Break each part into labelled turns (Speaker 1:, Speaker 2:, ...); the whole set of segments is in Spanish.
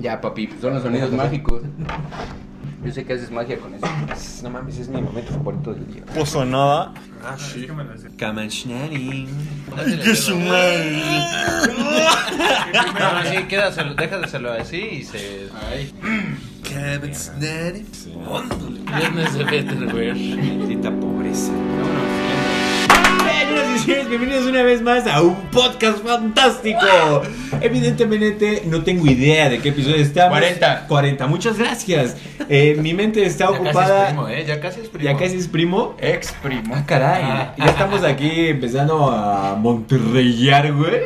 Speaker 1: Ya, papi, pues son los sonidos mágicos. Yo sé que haces magia con eso.
Speaker 2: No mames, es mi momento favorito del día.
Speaker 3: Puso nada.
Speaker 4: Ah, sí.
Speaker 3: Kamanchnaring.
Speaker 4: Ay,
Speaker 3: ¡Qué su madre!
Speaker 5: No, sí, quédaselo, déjaselo así y se.
Speaker 4: Ay,
Speaker 3: Kamanchnaring.
Speaker 5: Viernes de Betterware.
Speaker 2: Maldita pobreza.
Speaker 3: Señoras y señores, bienvenidos una vez más a un podcast fantástico. Evidentemente no tengo idea de qué episodio estamos.
Speaker 1: 40.
Speaker 3: 40, muchas gracias. Eh, mi mente está
Speaker 5: Ya casi es
Speaker 3: ocupada.
Speaker 5: primo, ¿eh? Ya casi es primo.
Speaker 3: Ya casi es primo.
Speaker 1: Ex primo.
Speaker 3: Ah, caray. Ya estamos aquí empezando a Monterreyar, güey.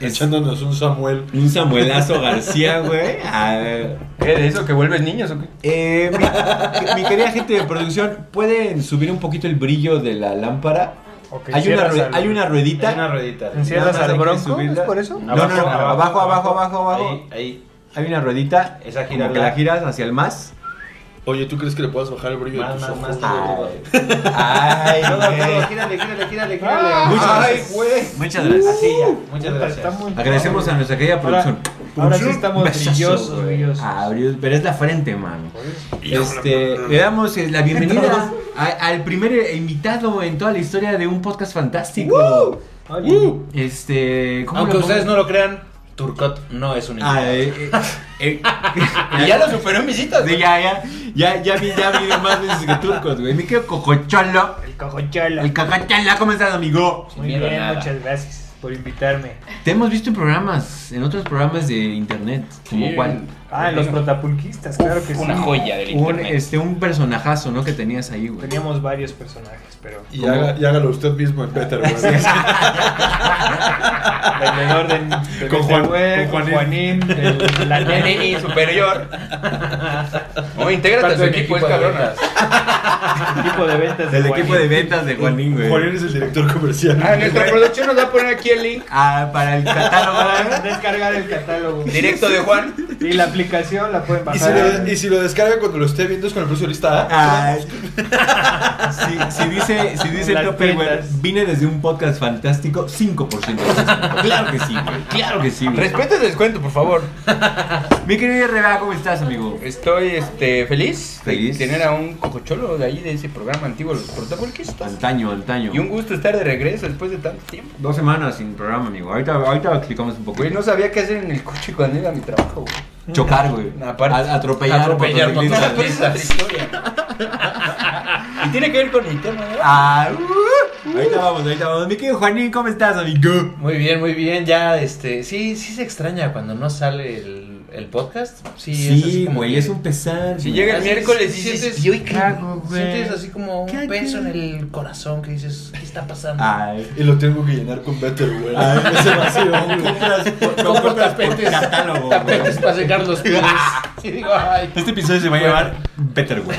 Speaker 4: echándonos un Samuel.
Speaker 3: Un Samuelazo García, güey. A ver.
Speaker 1: ¿Qué de eso que vuelves niños o qué?
Speaker 3: Eh, mi, mi querida gente de producción, ¿pueden subir un poquito el brillo de la lámpara?
Speaker 6: Ok,
Speaker 3: Hay una,
Speaker 6: cierras
Speaker 3: rue-
Speaker 6: al-
Speaker 3: hay una ruedita.
Speaker 5: Hay una ruedita.
Speaker 6: ¿Encierras
Speaker 3: Nada más
Speaker 6: al
Speaker 3: hay que
Speaker 6: bronco?
Speaker 3: subirla.
Speaker 6: ¿Es por eso?
Speaker 3: No, no, no, abajo, abajo, abajo, abajo.
Speaker 5: Ahí, ahí.
Speaker 3: Hay una ruedita.
Speaker 5: Esa
Speaker 3: como
Speaker 5: gírala.
Speaker 3: que la giras hacia el más.
Speaker 4: Oye, ¿tú crees que le puedas bajar el brillo de
Speaker 5: Más,
Speaker 4: tus
Speaker 5: más,
Speaker 4: ojos?
Speaker 5: más.
Speaker 3: Ay. Ay,
Speaker 5: Ay, todo,
Speaker 3: güey.
Speaker 5: todo. Gírale, gírale, gírale, gírale.
Speaker 3: Muchas
Speaker 5: Ay,
Speaker 3: gracias.
Speaker 5: güey.
Speaker 3: Muchas gracias.
Speaker 5: Así ya, muchas
Speaker 6: Está
Speaker 5: gracias.
Speaker 6: muy-
Speaker 3: Agradecemos a nuestra querida
Speaker 6: Ahora,
Speaker 3: producción.
Speaker 6: ahora sí estamos
Speaker 3: Besazo,
Speaker 6: brillosos,
Speaker 3: güey.
Speaker 6: brillosos.
Speaker 3: Ah, brillos- pero es la frente, mano. Este, le damos eh, la bienvenida a- al primer invitado en toda la historia de un podcast fantástico. Este, ¿cómo
Speaker 5: Aunque
Speaker 3: lo
Speaker 5: ustedes
Speaker 3: pongo?
Speaker 5: no lo crean, Turcot no es un
Speaker 3: Ah,
Speaker 5: invitado.
Speaker 3: eh, eh, eh,
Speaker 1: Y ya lo superó en visitas.
Speaker 3: Sí, ya, ya, ya, ya vi, ya vi más veces que turcos, güey. Me quedo cococholo.
Speaker 6: El cojochola.
Speaker 3: El cacachalla, ¿cómo estás, amigo?
Speaker 6: Muy
Speaker 5: miedo a
Speaker 6: bien,
Speaker 5: nada.
Speaker 6: muchas gracias por invitarme.
Speaker 3: Te hemos visto en programas, en otros programas de internet, como
Speaker 1: Sí.
Speaker 3: cuál.
Speaker 6: Ah, los protapulquistas, claro que sí.
Speaker 1: Una joya del
Speaker 3: Un,
Speaker 1: internet.
Speaker 3: este, un personajazo, ¿no? Que tenías ahí, güey.
Speaker 6: Teníamos varios personajes, pero
Speaker 4: Y, haga- y hágalo usted mismo en Better, güey.
Speaker 6: el menor de, de
Speaker 4: Con Juan-
Speaker 6: Metehue,
Speaker 4: con
Speaker 6: con
Speaker 4: Juanín.
Speaker 6: Juanín, el-
Speaker 1: La
Speaker 6: la nene.
Speaker 1: neni superior. O intégrate a
Speaker 5: Parte
Speaker 1: su
Speaker 5: de mi
Speaker 1: equipo, es
Speaker 5: equipo de
Speaker 1: cabrona.
Speaker 6: El equipo de ventas
Speaker 3: Del
Speaker 6: Juanín.
Speaker 3: equipo de ventas de Juanín,
Speaker 4: Julián
Speaker 3: güey.
Speaker 4: es el director comercial.
Speaker 1: Ah, nuestra producción nos va a poner aquí el link
Speaker 3: Ah, para el catálogo.
Speaker 6: Para descargar el catálogo.
Speaker 1: directo de Juan.
Speaker 6: Y la aplicación la pueden
Speaker 4: Y si, lo,
Speaker 6: bajar.
Speaker 4: y si lo descarga cuando lo esté viendo es con el precio de lista A.
Speaker 3: Ay. Si, si dice, si dice
Speaker 6: Las
Speaker 3: Topperware,
Speaker 6: ventas.
Speaker 3: vine desde un podcast fantástico, 5% de descuento. Claro que sí, güey. Claro que sí, güey.
Speaker 1: Respeta el descuento, por favor.
Speaker 3: Mi querido Reba, ¿cómo estás, amigo?
Speaker 1: Estoy este, feliz,
Speaker 3: Feliz.
Speaker 1: de tener a un cococholo de ahí, de ese programa antiguo, los protagonistas.
Speaker 3: Antaño, antaño.
Speaker 1: Y un gusto estar de regreso después de tanto tiempo.
Speaker 3: Dos semanas sin programa, amigo. Ahorita, ahorita explicamos un poco.
Speaker 1: Güey, no sabía qué hacer en el coche cuando iba a mi trabajo, güey.
Speaker 3: Chocar, güey.
Speaker 1: Aparte.
Speaker 3: A- atropellar,
Speaker 5: Atropellar
Speaker 3: motociclistas.
Speaker 1: Esa es la historia. y tiene que ver con mi tema, ¿no?
Speaker 3: Ah, uh, uh. ahorita vamos, ahorita vamos. Mi querido Juanín, ¿cómo estás, amigo?
Speaker 5: Muy bien, muy bien. Ya, este, sí, sí se extraña cuando no sale el, el podcast. Sí, es así
Speaker 3: Sí,
Speaker 5: como
Speaker 3: güey,
Speaker 5: que-
Speaker 3: es un pesar.
Speaker 1: Si
Speaker 3: güey.
Speaker 1: llega el
Speaker 5: Así
Speaker 1: miércoles
Speaker 5: sí
Speaker 1: y dices,
Speaker 5: sientes-
Speaker 1: "Y hoy qué hago, güey?"
Speaker 5: Sientes así como
Speaker 3: ¿Qué
Speaker 5: un
Speaker 3: hago?
Speaker 5: peso en el corazón que dices, ¿qué está pasando?
Speaker 3: Ay.
Speaker 4: Y lo tengo que llenar con Better, güey.
Speaker 3: Ay,
Speaker 4: Ese vacío,
Speaker 3: No
Speaker 4: güey.
Speaker 3: compras, no compras por catálogo, güey.
Speaker 5: Tapetes para secar los pies. Sí, digo, ay.
Speaker 3: Este episodio se va a llamar Better, güey.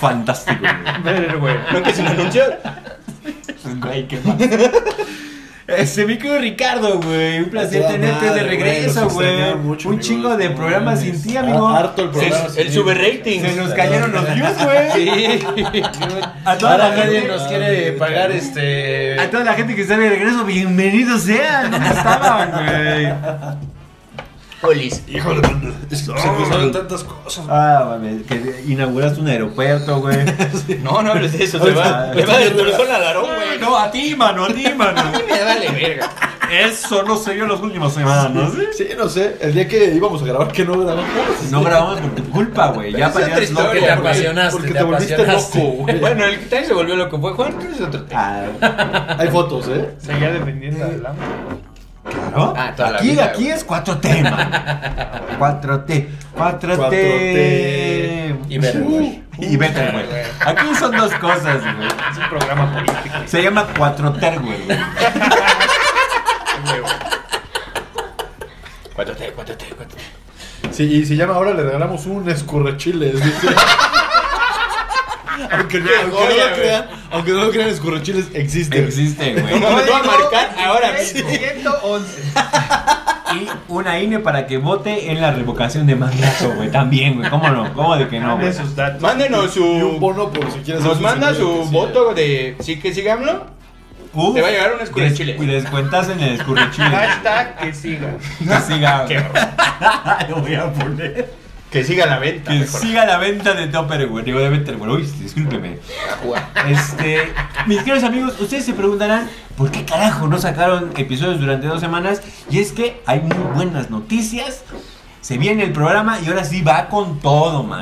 Speaker 3: Fantástico, güey.
Speaker 6: Ver, güey.
Speaker 1: ¿No que sin anunciar?
Speaker 3: Güey, qué mal. Este, mi querido Ricardo, güey. Un placer
Speaker 4: toda
Speaker 3: tenerte
Speaker 4: madre,
Speaker 3: de
Speaker 4: güey,
Speaker 3: regreso,
Speaker 4: los
Speaker 3: güey.
Speaker 4: extrañaba mucho,
Speaker 3: Un
Speaker 4: amigos.
Speaker 3: chingo de
Speaker 4: No
Speaker 3: programas
Speaker 4: mames.
Speaker 3: sin ti, amigo.
Speaker 4: Ah, Harto el programa.
Speaker 1: Se- el suberrating.
Speaker 3: Se nos cayeron los views, güey. A toda
Speaker 5: Ahora
Speaker 3: la
Speaker 5: nadie
Speaker 3: gente.
Speaker 5: nos quiere pagar este.
Speaker 3: A toda la gente que está de regreso, bienvenidos sean. ¿Dónde estaban, güey?
Speaker 1: Olis.
Speaker 4: Híjole, mano. Es que se pasaron tantas cosas.
Speaker 3: Ah, mames, que inauguraste un aeropuerto, güey.
Speaker 1: No, no hables de eso, se va. Le va del corazón al arón, güey.
Speaker 3: No, a ti, mano, a ti, mano.
Speaker 1: Me vale verga.
Speaker 3: Eso no se vio las últimas semanas.
Speaker 4: Sí, no sé. El día que íbamos a grabar, que no grabamos.
Speaker 3: No grabamos por tu culpa, güey. Ya
Speaker 1: Es otra historia,
Speaker 3: parías loco.
Speaker 5: Te
Speaker 1: güey.
Speaker 5: apasionaste,
Speaker 4: Porque
Speaker 5: te,
Speaker 4: te volviste
Speaker 5: apasionaste.
Speaker 4: loco, güey.
Speaker 1: Bueno, el que también se volvió loco fue Juan. pero es otro tema.
Speaker 3: Ah,
Speaker 4: Hay fotos, ¿eh?
Speaker 6: Seguía dependiendo del lámpara.
Speaker 3: claro.
Speaker 1: Ah, toda la
Speaker 3: aquí,
Speaker 1: vida,
Speaker 3: aquí
Speaker 1: güey.
Speaker 3: es 4T, mano. 4T. 4T.
Speaker 4: 4T.
Speaker 5: Y ver, güey.
Speaker 3: Y vete, güey. Aquí son dos cosas, güey.
Speaker 6: Es un programa político.
Speaker 3: Se llama 4T, güey.
Speaker 6: güey.
Speaker 3: Ah.
Speaker 1: Cuántate, cuántate, cuántate.
Speaker 4: Sí, y se llama ahora le regalamos un escurrechiles. dice. aunque, no, aunque no
Speaker 1: joya,
Speaker 4: lo crean, aunque no lo crean, escurrechiles existe.
Speaker 3: Existe, güey.
Speaker 1: No, voy a marcar ahora sí.
Speaker 6: 111.
Speaker 3: Y una INE para que vote en la revocación de mandato, güey. También, güey. ¿Cómo no? ¿Cómo de que no,
Speaker 6: Dame
Speaker 3: güey?
Speaker 6: sus datos.
Speaker 1: Mándenos
Speaker 4: Y un
Speaker 1: su.
Speaker 4: bono por si quieres.
Speaker 1: Nos
Speaker 4: hacer
Speaker 1: manda su
Speaker 4: secretario.
Speaker 1: voto de sí que sigámoslo.
Speaker 3: Uf,
Speaker 1: Te va a llegar un escudo de
Speaker 3: des-
Speaker 1: chile.
Speaker 3: Descuentas en el escurrechile.
Speaker 6: Hashtag que siga.
Speaker 3: que siga.
Speaker 6: Qué horror.
Speaker 3: Lo voy a poner.
Speaker 6: Que siga la venta.
Speaker 3: Que
Speaker 6: mejor.
Speaker 3: siga la venta de Tupperware. Digo, de Betterware. Uy, discúlpeme. Este, mis queridos amigos, ustedes se preguntarán por qué carajo no sacaron episodios durante dos semanas. Y es que hay muy buenas noticias. Se viene el programa y ahora sí va con todo, man.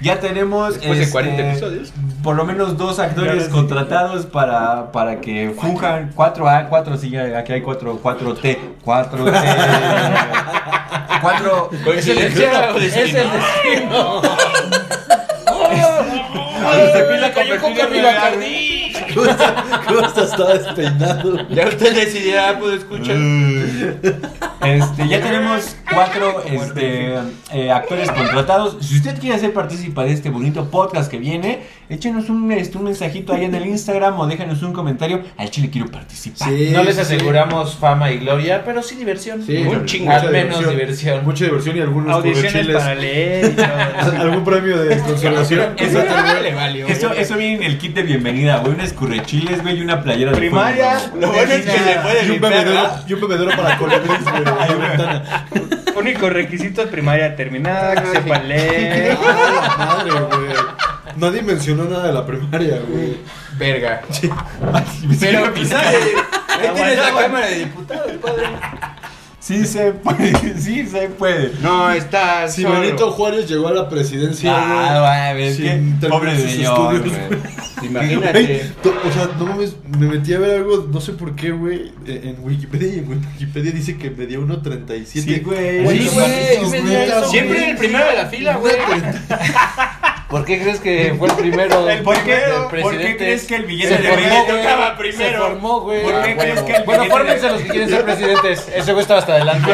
Speaker 3: Ya tenemos. este,
Speaker 1: Después de 40 episodios.
Speaker 3: Por lo menos dos
Speaker 6: Ya
Speaker 3: actores
Speaker 6: les-
Speaker 3: contratados para, para que funjan 4A, 4 sí, aquí hay 4, 4T, 4T. 4.
Speaker 1: Es el destino. Es el destino.
Speaker 5: la
Speaker 1: cayó con Camila Cardí.
Speaker 4: ¿eh?
Speaker 7: Costa está despeinado.
Speaker 1: Ya usted decidirá, pues escuchen.
Speaker 3: Mm. Este, ya tenemos cuatro este, eh, actores contratados. Si usted quiere ser partícipe de este bonito podcast que viene, échenos un, este, un mensajito ahí en el Instagram o déjanos un comentario. Al chile quiero participar.
Speaker 5: No les aseguramos fama y gloria, pero sí diversión.
Speaker 4: Sí,
Speaker 1: Un
Speaker 4: mucha
Speaker 1: chingo,
Speaker 5: al menos diversión.
Speaker 4: Mucha diversión y algunos
Speaker 6: Audiciones para
Speaker 4: escurrechiles.
Speaker 6: leer y todo eso.
Speaker 4: Algún premio de conservación.
Speaker 3: Eso,
Speaker 1: Le valió.
Speaker 3: ¿eh? eso, eso viene en el kit de bienvenida, güey. Un escurrechiles, güey, y una playera de Ah,
Speaker 6: Primaria.
Speaker 3: fútbol.
Speaker 1: Lo bueno es que se puede
Speaker 4: Y un
Speaker 1: limpiar,
Speaker 4: bebedero,
Speaker 1: ¿verdad?
Speaker 4: y un bebedero para colibríes, güey, en la ventana.
Speaker 6: Único requisito primaria terminada, que sepa leer.
Speaker 4: Ah, la madre, güey. Nadie mencionó nada de la primaria, güey.
Speaker 1: Verga.
Speaker 3: Pero quizás.
Speaker 1: Ahí tienes la Cámara de Diputados, padre.
Speaker 3: Ah, Sí se puede, sí se puede.
Speaker 1: No, está
Speaker 4: Si
Speaker 1: solo.
Speaker 4: Benito Juárez llegó a la presidencia, güey,
Speaker 3: Ah, güey, es que
Speaker 4: sin terminar
Speaker 3: pobre
Speaker 4: sus
Speaker 3: señor.
Speaker 4: estudios,
Speaker 3: güey.
Speaker 4: güey.
Speaker 1: Imagínate.
Speaker 4: To- O sea, no mames, me metí a ver algo, no sé por qué, güey, en en Wikipedia y en Wikipedia dice que medía 1.37.
Speaker 3: Sí, güey.
Speaker 4: Güey,
Speaker 1: Sí,
Speaker 4: no
Speaker 1: güey,
Speaker 4: mames,
Speaker 1: yo
Speaker 7: medía eso,
Speaker 1: Siempre el primero de la fila, güey.
Speaker 5: ¿Por qué crees que fue el primero?
Speaker 6: El
Speaker 5: primer-
Speaker 6: primero,
Speaker 5: del
Speaker 3: ¿Por qué
Speaker 5: presidente?
Speaker 3: crees que el billete
Speaker 5: Se
Speaker 3: de
Speaker 5: formó,
Speaker 3: billete
Speaker 5: güey.
Speaker 3: estaba
Speaker 5: Se
Speaker 3: primero?
Speaker 5: formó, güey.
Speaker 3: ¿Por qué
Speaker 5: Ah,
Speaker 3: crees
Speaker 5: bueno.
Speaker 3: que el
Speaker 5: Bueno,
Speaker 3: billete de-
Speaker 5: fórmense los que quieren ser presidentes. Ese güey estaba hasta adelante.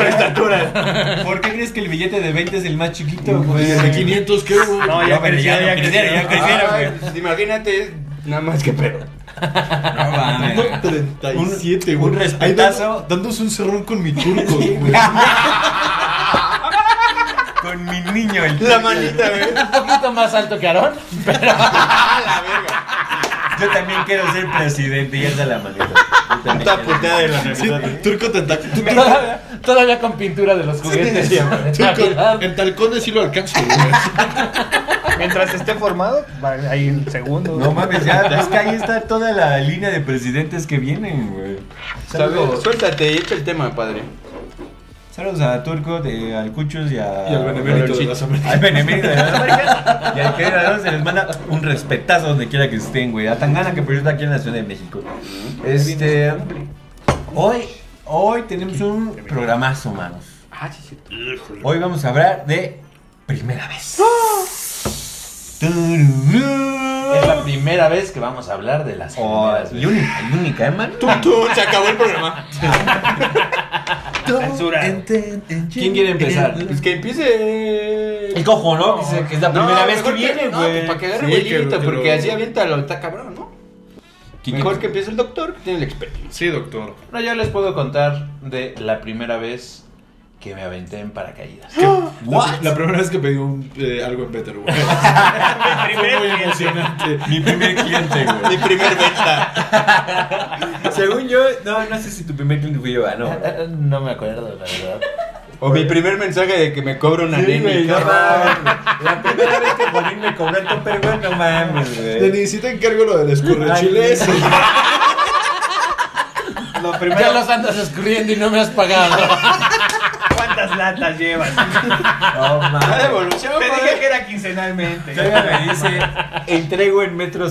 Speaker 3: ¿Por qué crees que el billete de 20 es el más chiquito,
Speaker 4: Y
Speaker 3: güey?
Speaker 4: el de 500, ¿qué, güey?
Speaker 6: No,
Speaker 3: No,
Speaker 6: ya
Speaker 3: pero
Speaker 6: creció,
Speaker 3: ya no
Speaker 6: ya
Speaker 3: crecieron, ya
Speaker 6: creció.
Speaker 3: crecieron, güey.
Speaker 1: Ay, pues, Imagínate, nada más que pedo.
Speaker 3: No mames.
Speaker 4: 37,
Speaker 3: Un-
Speaker 4: güey.
Speaker 3: un
Speaker 4: Ahí
Speaker 3: respetazo.
Speaker 4: dando- dándose un cerrón con mi turco, güey.
Speaker 3: Con mi niño, el
Speaker 1: La manita, güey.
Speaker 5: Un poquito más alto que Aarón.
Speaker 1: A la verga.
Speaker 3: Yo también quiero ser presidente y esa es la manita. Yo también
Speaker 1: Está
Speaker 3: quiero.
Speaker 1: puteada de la
Speaker 4: Sí,
Speaker 1: Navidad.
Speaker 4: turco tentáculo. Tú, turco,
Speaker 5: Todavía, todavía con pintura de los juguetes.
Speaker 4: turco, en talcones sí lo alcanzo, güey.
Speaker 6: Mientras esté formado, va ahí el segundo.
Speaker 3: No mames, ya, es que ahí está toda la línea de presidentes que vienen, güey.
Speaker 1: Saludos.
Speaker 3: Saludos,
Speaker 1: Suéltate, echa el tema, padre.
Speaker 3: saludos a Turco, de, al Cuchos y a...
Speaker 4: Y al benemérito de las Américas.
Speaker 3: Al Benemérito de las Américas. Y al que era, se les manda un respetazo donde quiera que estén, güey. A Tangana que por cierto, aquí en la Ciudad de México. Este... Hoy, hoy tenemos un programazo, manos. Hoy vamos a hablar de primera vez.
Speaker 5: Es la primera vez que vamos a hablar de las
Speaker 3: Oh,
Speaker 5: primeras
Speaker 3: y
Speaker 5: veces.
Speaker 3: única, y única, ¿eh, man?
Speaker 1: Tú, se acabó el programa.
Speaker 6: Censura.
Speaker 3: ¿Quién quiere empezar?
Speaker 1: Pues que empiece.
Speaker 3: El cojo, ¿no? Que se- que es la primera vez que
Speaker 1: mejor
Speaker 3: viene,
Speaker 1: no, pues,
Speaker 3: güey.
Speaker 1: para que agarre
Speaker 4: Sí, que-
Speaker 1: vuelita,
Speaker 4: que
Speaker 1: porque
Speaker 4: lo-
Speaker 1: así aviéntalo, está cabrón, ¿no? Mejor que empiece el doctor, que tiene la experiencia.
Speaker 4: Sí, doctor.
Speaker 5: No, yo les puedo contar de la primera vez que me aventé en paracaídas.
Speaker 4: La, la primera vez que pedí un, eh, algo en Better, güey. Fue muy emocionante.
Speaker 3: Mi primer cliente,
Speaker 1: Mi
Speaker 3: güey.
Speaker 1: primer venta.
Speaker 3: Según yo, no, no sé si tu primer cliente fui yo, ah, no. güey.
Speaker 5: No me acuerdo, la verdad.
Speaker 1: O mi primer mensaje de que me cobra una
Speaker 3: Sí,
Speaker 1: nene.
Speaker 3: güey,
Speaker 1: qué
Speaker 3: no
Speaker 1: horror.
Speaker 3: mames. La primera vez que por irme cobrar tu perro, no mames,
Speaker 4: De
Speaker 3: güey.
Speaker 4: ni si te encargo lo del escurrechiles.
Speaker 3: Ay,
Speaker 6: Lo
Speaker 5: Ya
Speaker 6: primero,
Speaker 5: los andas escurriendo y no me has pagado.
Speaker 6: ¿cuántas latas llevas?
Speaker 3: No
Speaker 1: La
Speaker 3: mames.
Speaker 1: devolución,
Speaker 6: Te dije
Speaker 1: padre.
Speaker 6: que era quincenalmente.
Speaker 3: Todavía me dice, entrego en metro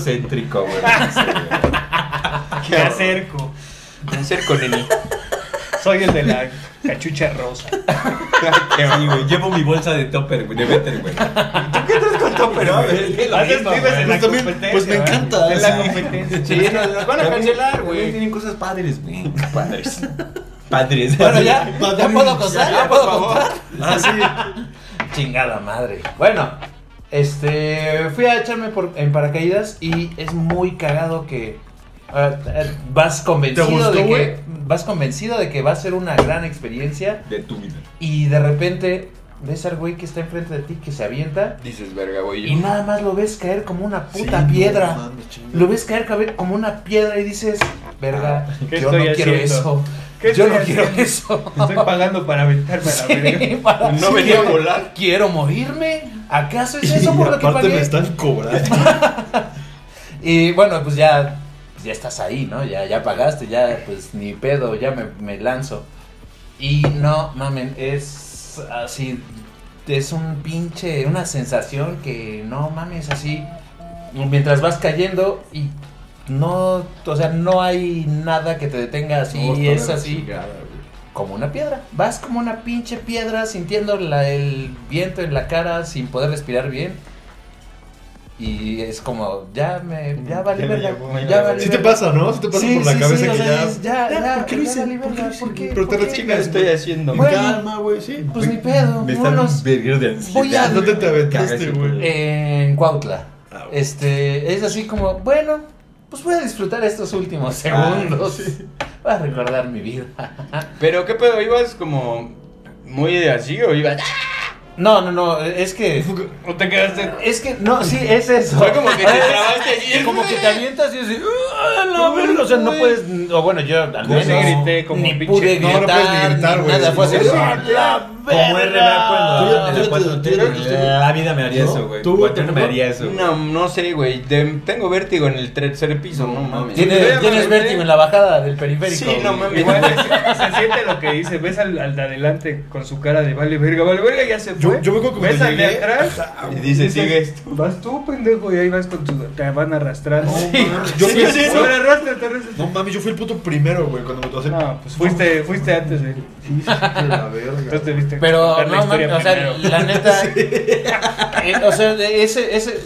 Speaker 3: céntrico, güey. Sí, güey.
Speaker 6: Me acerco.
Speaker 1: Me acerco, nene.
Speaker 6: Soy el de la cachucha rosa.
Speaker 3: Sí, güey, Llevo mi bolsa de topper, güey, de Better, güey.
Speaker 1: ¿Qué estás con topper,
Speaker 3: No,
Speaker 1: güey?
Speaker 3: es
Speaker 6: Haces vives en la
Speaker 4: Pues también,
Speaker 6: competencia.
Speaker 4: pues me
Speaker 6: ¿verdad?
Speaker 4: encanta,
Speaker 6: En
Speaker 4: o
Speaker 6: la
Speaker 4: sea.
Speaker 6: competencia.
Speaker 1: Sí, nos, nos van a cancelar, güey.
Speaker 3: Tienen cosas padres, güey. Padres. Padres.
Speaker 5: Bueno, ya, ya puedo contar, ya puedo contar.
Speaker 4: Ah, sí.
Speaker 5: Chingada madre. Bueno, este. Fui a echarme por- en paracaídas y es muy cagado que. ah, ah, vas convencido
Speaker 4: ¿Te gustó,
Speaker 5: de
Speaker 4: güey?
Speaker 5: que. Vas convencido de que va a ser una gran experiencia.
Speaker 3: De tu vida.
Speaker 5: Y de repente ves al güey que está enfrente de ti que se avienta.
Speaker 1: Dices, verga,
Speaker 5: Y
Speaker 1: güey. yo-
Speaker 5: nada más lo ves caer como una puta
Speaker 4: Sí, no
Speaker 5: piedra.
Speaker 4: mames, chinga.
Speaker 5: lo ves caer cabe- como una piedra y dices. verga,
Speaker 6: Ah, ¿Qué
Speaker 5: yo no
Speaker 6: estoy
Speaker 5: quiero
Speaker 6: haciendo?
Speaker 5: eso.
Speaker 6: ¿Qué
Speaker 5: Yo
Speaker 6: estoy
Speaker 5: no quiero
Speaker 6: haciendo?
Speaker 5: eso.
Speaker 6: Estoy pagando para aventarme a la
Speaker 5: Sí,
Speaker 6: verga.
Speaker 5: para-
Speaker 3: No venía a volar.
Speaker 5: ¿Quiero morirme? ¿Acaso es
Speaker 4: Y
Speaker 5: eso por lo que
Speaker 4: aparte me
Speaker 5: pagué?
Speaker 4: están cobrando.
Speaker 5: Y bueno, pues ya, pues ya estás ahí, ¿no? Ya, ya pagaste, ya, pues ni pedo, ya me, me lanzo. Y no, mamen, es así, es un pinche, una sensación que no mames, así, mientras vas cayendo y no, o sea, no hay nada que te detenga así, es así como una piedra. Vas como una pinche piedra sintiendo la- el viento en la cara sin poder respirar bien. Y es como, ya me, ya vale
Speaker 6: Ya me
Speaker 5: verga,
Speaker 6: llamó, me
Speaker 5: ya
Speaker 6: llamó.
Speaker 5: vale
Speaker 4: Sí te
Speaker 5: verga.
Speaker 4: pasa, ¿no? Sí te pasa
Speaker 5: Sí,
Speaker 4: por la
Speaker 5: sí,
Speaker 4: cabeza
Speaker 5: sí, o
Speaker 4: que
Speaker 5: sea,
Speaker 4: ya.
Speaker 5: dices, ya, ya,
Speaker 4: ¿Por qué lo
Speaker 5: ya
Speaker 4: hice?
Speaker 5: vale
Speaker 4: ¿Por qué
Speaker 5: verga,
Speaker 4: lo hice?
Speaker 5: ¿por qué?
Speaker 4: Pero te
Speaker 5: ¿Por
Speaker 4: lo
Speaker 5: qué?
Speaker 4: chingas.
Speaker 3: estoy haciendo?
Speaker 5: Bueno,
Speaker 4: Calma, güey, sí.
Speaker 5: Pues ni pedo,
Speaker 4: Me están
Speaker 5: vámonos.
Speaker 4: vergueando de ansiedad.
Speaker 5: Voy a- Eh,
Speaker 4: No te te aventaste, güey.
Speaker 5: En Cuautla.
Speaker 4: Ah, bueno.
Speaker 5: Este, es así como, bueno, pues voy a disfrutar estos últimos
Speaker 4: Ah,
Speaker 5: segundos. Voy a recordar mi vida.
Speaker 1: Pero qué pedo, ibas como muy así o ibas.
Speaker 5: No, no, no, es que...
Speaker 6: ¿O te quedaste?
Speaker 5: Es que, no, sí, es eso.
Speaker 1: Fue como que te trabaste así.
Speaker 5: como que te avientas y así, "Ah, la verga", o sea, no puedes, o bueno, yo al
Speaker 6: Yo
Speaker 5: menos
Speaker 6: sí grité como
Speaker 5: ni
Speaker 6: pinche-
Speaker 5: pude
Speaker 4: No, no
Speaker 5: gritar,
Speaker 4: puedes ni gritar,
Speaker 5: ni
Speaker 4: güey.
Speaker 5: nada, fue así,
Speaker 4: Sí.
Speaker 5: "Ah, la
Speaker 8: Como RBA cuando
Speaker 5: verga".
Speaker 8: en el cuarto
Speaker 3: Yo- yo-
Speaker 8: hotel,
Speaker 3: yo-
Speaker 8: La vida me haría
Speaker 4: ¿No?
Speaker 8: eso, güey.
Speaker 4: ¿Tú,
Speaker 8: Cuatro
Speaker 4: te
Speaker 8: me
Speaker 4: tocó?
Speaker 8: haría eso.
Speaker 1: No, no sé, güey. de- Tengo vértigo en el tercer piso, no mames.
Speaker 5: Tiene-
Speaker 1: Yo ya me
Speaker 5: tienes
Speaker 1: aventé-
Speaker 5: vértigo en la bajada del periférico.
Speaker 1: Sí, no mames.
Speaker 6: Igual se- se siente lo que dice, ves al, al de adelante con su cara de vale verga, vale verga, ya se fue.
Speaker 4: Yo, yo me acuerdo que
Speaker 6: ves
Speaker 4: cuando
Speaker 6: al de
Speaker 4: llegué.
Speaker 6: atrás,
Speaker 4: ajá,
Speaker 1: Y
Speaker 4: güey.
Speaker 1: dice, sigues tú.
Speaker 6: vas tú pendejo y ahí vas con tu, te van arrastrando.
Speaker 4: Yo fui el-
Speaker 6: No, arrastra, te arrastra.
Speaker 4: No mami, yo fui el puto primero, güey, cuando me tocó
Speaker 6: No, pues fuiste, fuiste antes de él.
Speaker 4: Sí, sí, que la verga.
Speaker 6: Entonces te viste
Speaker 5: Pero
Speaker 6: contar la
Speaker 5: no
Speaker 6: historia
Speaker 5: mames, o sea,
Speaker 6: primero.
Speaker 5: la neta, eh, o sea, de ese, ese,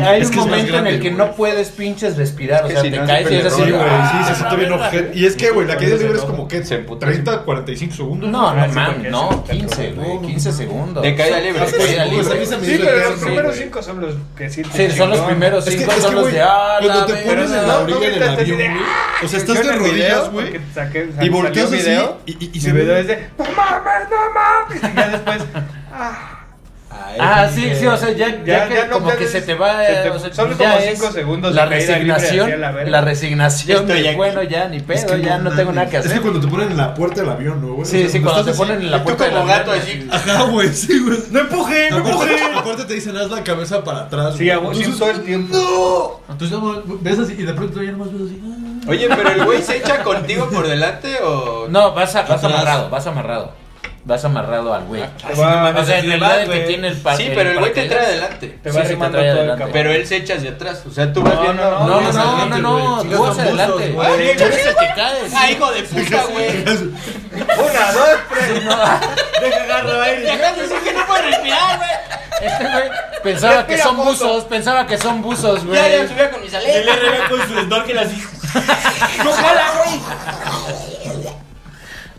Speaker 5: hay
Speaker 4: Es
Speaker 5: un
Speaker 4: que es más
Speaker 5: momento en
Speaker 4: grande,
Speaker 5: el que
Speaker 4: güey.
Speaker 5: no puedes pinches respirar,
Speaker 1: Es que
Speaker 5: o sea,
Speaker 1: si
Speaker 5: te
Speaker 1: no,
Speaker 5: caes y
Speaker 1: siempre
Speaker 5: es
Speaker 1: le
Speaker 5: así,
Speaker 4: Sí, güey,
Speaker 5: "Ah,
Speaker 4: sí, se
Speaker 5: la
Speaker 4: siente bien
Speaker 5: verga".
Speaker 4: ojete. Y es que, güey, la caída
Speaker 6: Se
Speaker 4: libre es
Speaker 6: enojó.
Speaker 4: como que
Speaker 1: Se emputó.
Speaker 4: 30, 45 segundos.
Speaker 5: No, no
Speaker 6: sí,
Speaker 5: mames,
Speaker 6: porque
Speaker 5: no,
Speaker 6: sí,
Speaker 5: 15, güey,
Speaker 4: no, no,
Speaker 5: 15
Speaker 4: no.
Speaker 5: segundos.
Speaker 1: De caída libre.
Speaker 5: De caída
Speaker 4: Sí,
Speaker 5: libre.
Speaker 4: güey, se me
Speaker 6: Sí,
Speaker 4: hizo
Speaker 6: pero
Speaker 4: el
Speaker 6: los
Speaker 4: caso,
Speaker 6: primeros
Speaker 4: güey.
Speaker 6: cinco son los que sí.
Speaker 5: Sí, son los primeros
Speaker 4: Es que,
Speaker 5: cinco,
Speaker 4: es
Speaker 5: son
Speaker 4: que,
Speaker 5: los
Speaker 4: güey,
Speaker 5: de ah,
Speaker 4: cuando
Speaker 5: la
Speaker 4: te
Speaker 5: verga".
Speaker 4: pones en la orilla del avión, güey. O sea, estás de rodillas, güey. Y volteas así y, y, y se ve
Speaker 6: desde, no mames, no mames. Y ya después,
Speaker 5: Ah, sí, sí, o sea, ya, ya,
Speaker 6: Ya-
Speaker 5: que
Speaker 6: ya no
Speaker 5: como que
Speaker 6: puedes-
Speaker 5: se te va,
Speaker 6: se te-
Speaker 5: o sea,
Speaker 6: son
Speaker 5: ya
Speaker 6: como
Speaker 5: es
Speaker 6: cinco segundos
Speaker 5: la
Speaker 6: de caída libre hacia
Speaker 5: resignación,
Speaker 6: la
Speaker 5: la,
Speaker 6: verga.
Speaker 5: resignación
Speaker 1: Estoy
Speaker 5: de,
Speaker 1: aquí.
Speaker 5: bueno, ya ni pedo,
Speaker 4: Es que
Speaker 5: ya no, tengo
Speaker 4: mames.
Speaker 5: nada que hacer.
Speaker 4: Es que cuando te ponen en la puerta del avión, ¿no, güey?
Speaker 5: Sí, sí, cuando te ponen en la
Speaker 1: Tú
Speaker 5: puerta
Speaker 1: como
Speaker 5: del
Speaker 1: gato
Speaker 5: avión,
Speaker 1: así.
Speaker 4: Ajá, güey, sí, güey.
Speaker 8: ¡No empuje!
Speaker 4: No, aparte, aparte te dicen, haz la cabeza para atrás.
Speaker 6: sí,
Speaker 4: güey.
Speaker 6: a vos, sí,
Speaker 4: Entonces,
Speaker 6: todo el tiempo.
Speaker 4: ¡No! Entonces, no, ves así y de pronto ya nomás ves así. ah.
Speaker 1: Oye, pero el güey se echa contigo por delante o.
Speaker 5: No, vas, a- vas
Speaker 4: Atrás.
Speaker 5: amarrado, vas amarrado. Vas amarrado al güey.
Speaker 6: Te va,
Speaker 5: O sea, en
Speaker 8: así
Speaker 5: realidad
Speaker 8: va,
Speaker 5: el que
Speaker 8: güey.
Speaker 5: tiene el pa-
Speaker 1: Sí, pero el güey te trae adelante.
Speaker 6: te
Speaker 5: sí,
Speaker 6: va
Speaker 5: sí, te
Speaker 6: remando
Speaker 5: trae
Speaker 6: todo el
Speaker 5: adelante.
Speaker 6: campo.
Speaker 1: Pero él se echa hacia atrás. O sea, tú vas
Speaker 6: No,
Speaker 1: viendo. Ah,
Speaker 6: no,
Speaker 5: No, no,
Speaker 4: Vas
Speaker 5: no, no,
Speaker 4: adelante,
Speaker 5: no,
Speaker 4: güey.
Speaker 5: tú vas
Speaker 4: Chicas, ambos,
Speaker 5: adelante.
Speaker 4: güey.
Speaker 5: Tú eres el que caes.
Speaker 1: Ah, hijo de puta, güey.
Speaker 6: Una, dos, tres.
Speaker 1: Dejaste decir que no puedes respirar, güey.
Speaker 5: Este güey pensaba que
Speaker 1: Respira
Speaker 5: son
Speaker 1: fondo.
Speaker 5: buzos, pensaba que son buzos, güey.
Speaker 1: Ya, ya subía con mis
Speaker 8: El
Speaker 1: aletas.
Speaker 8: RBA con su snorkel así.
Speaker 1: No jala, güey.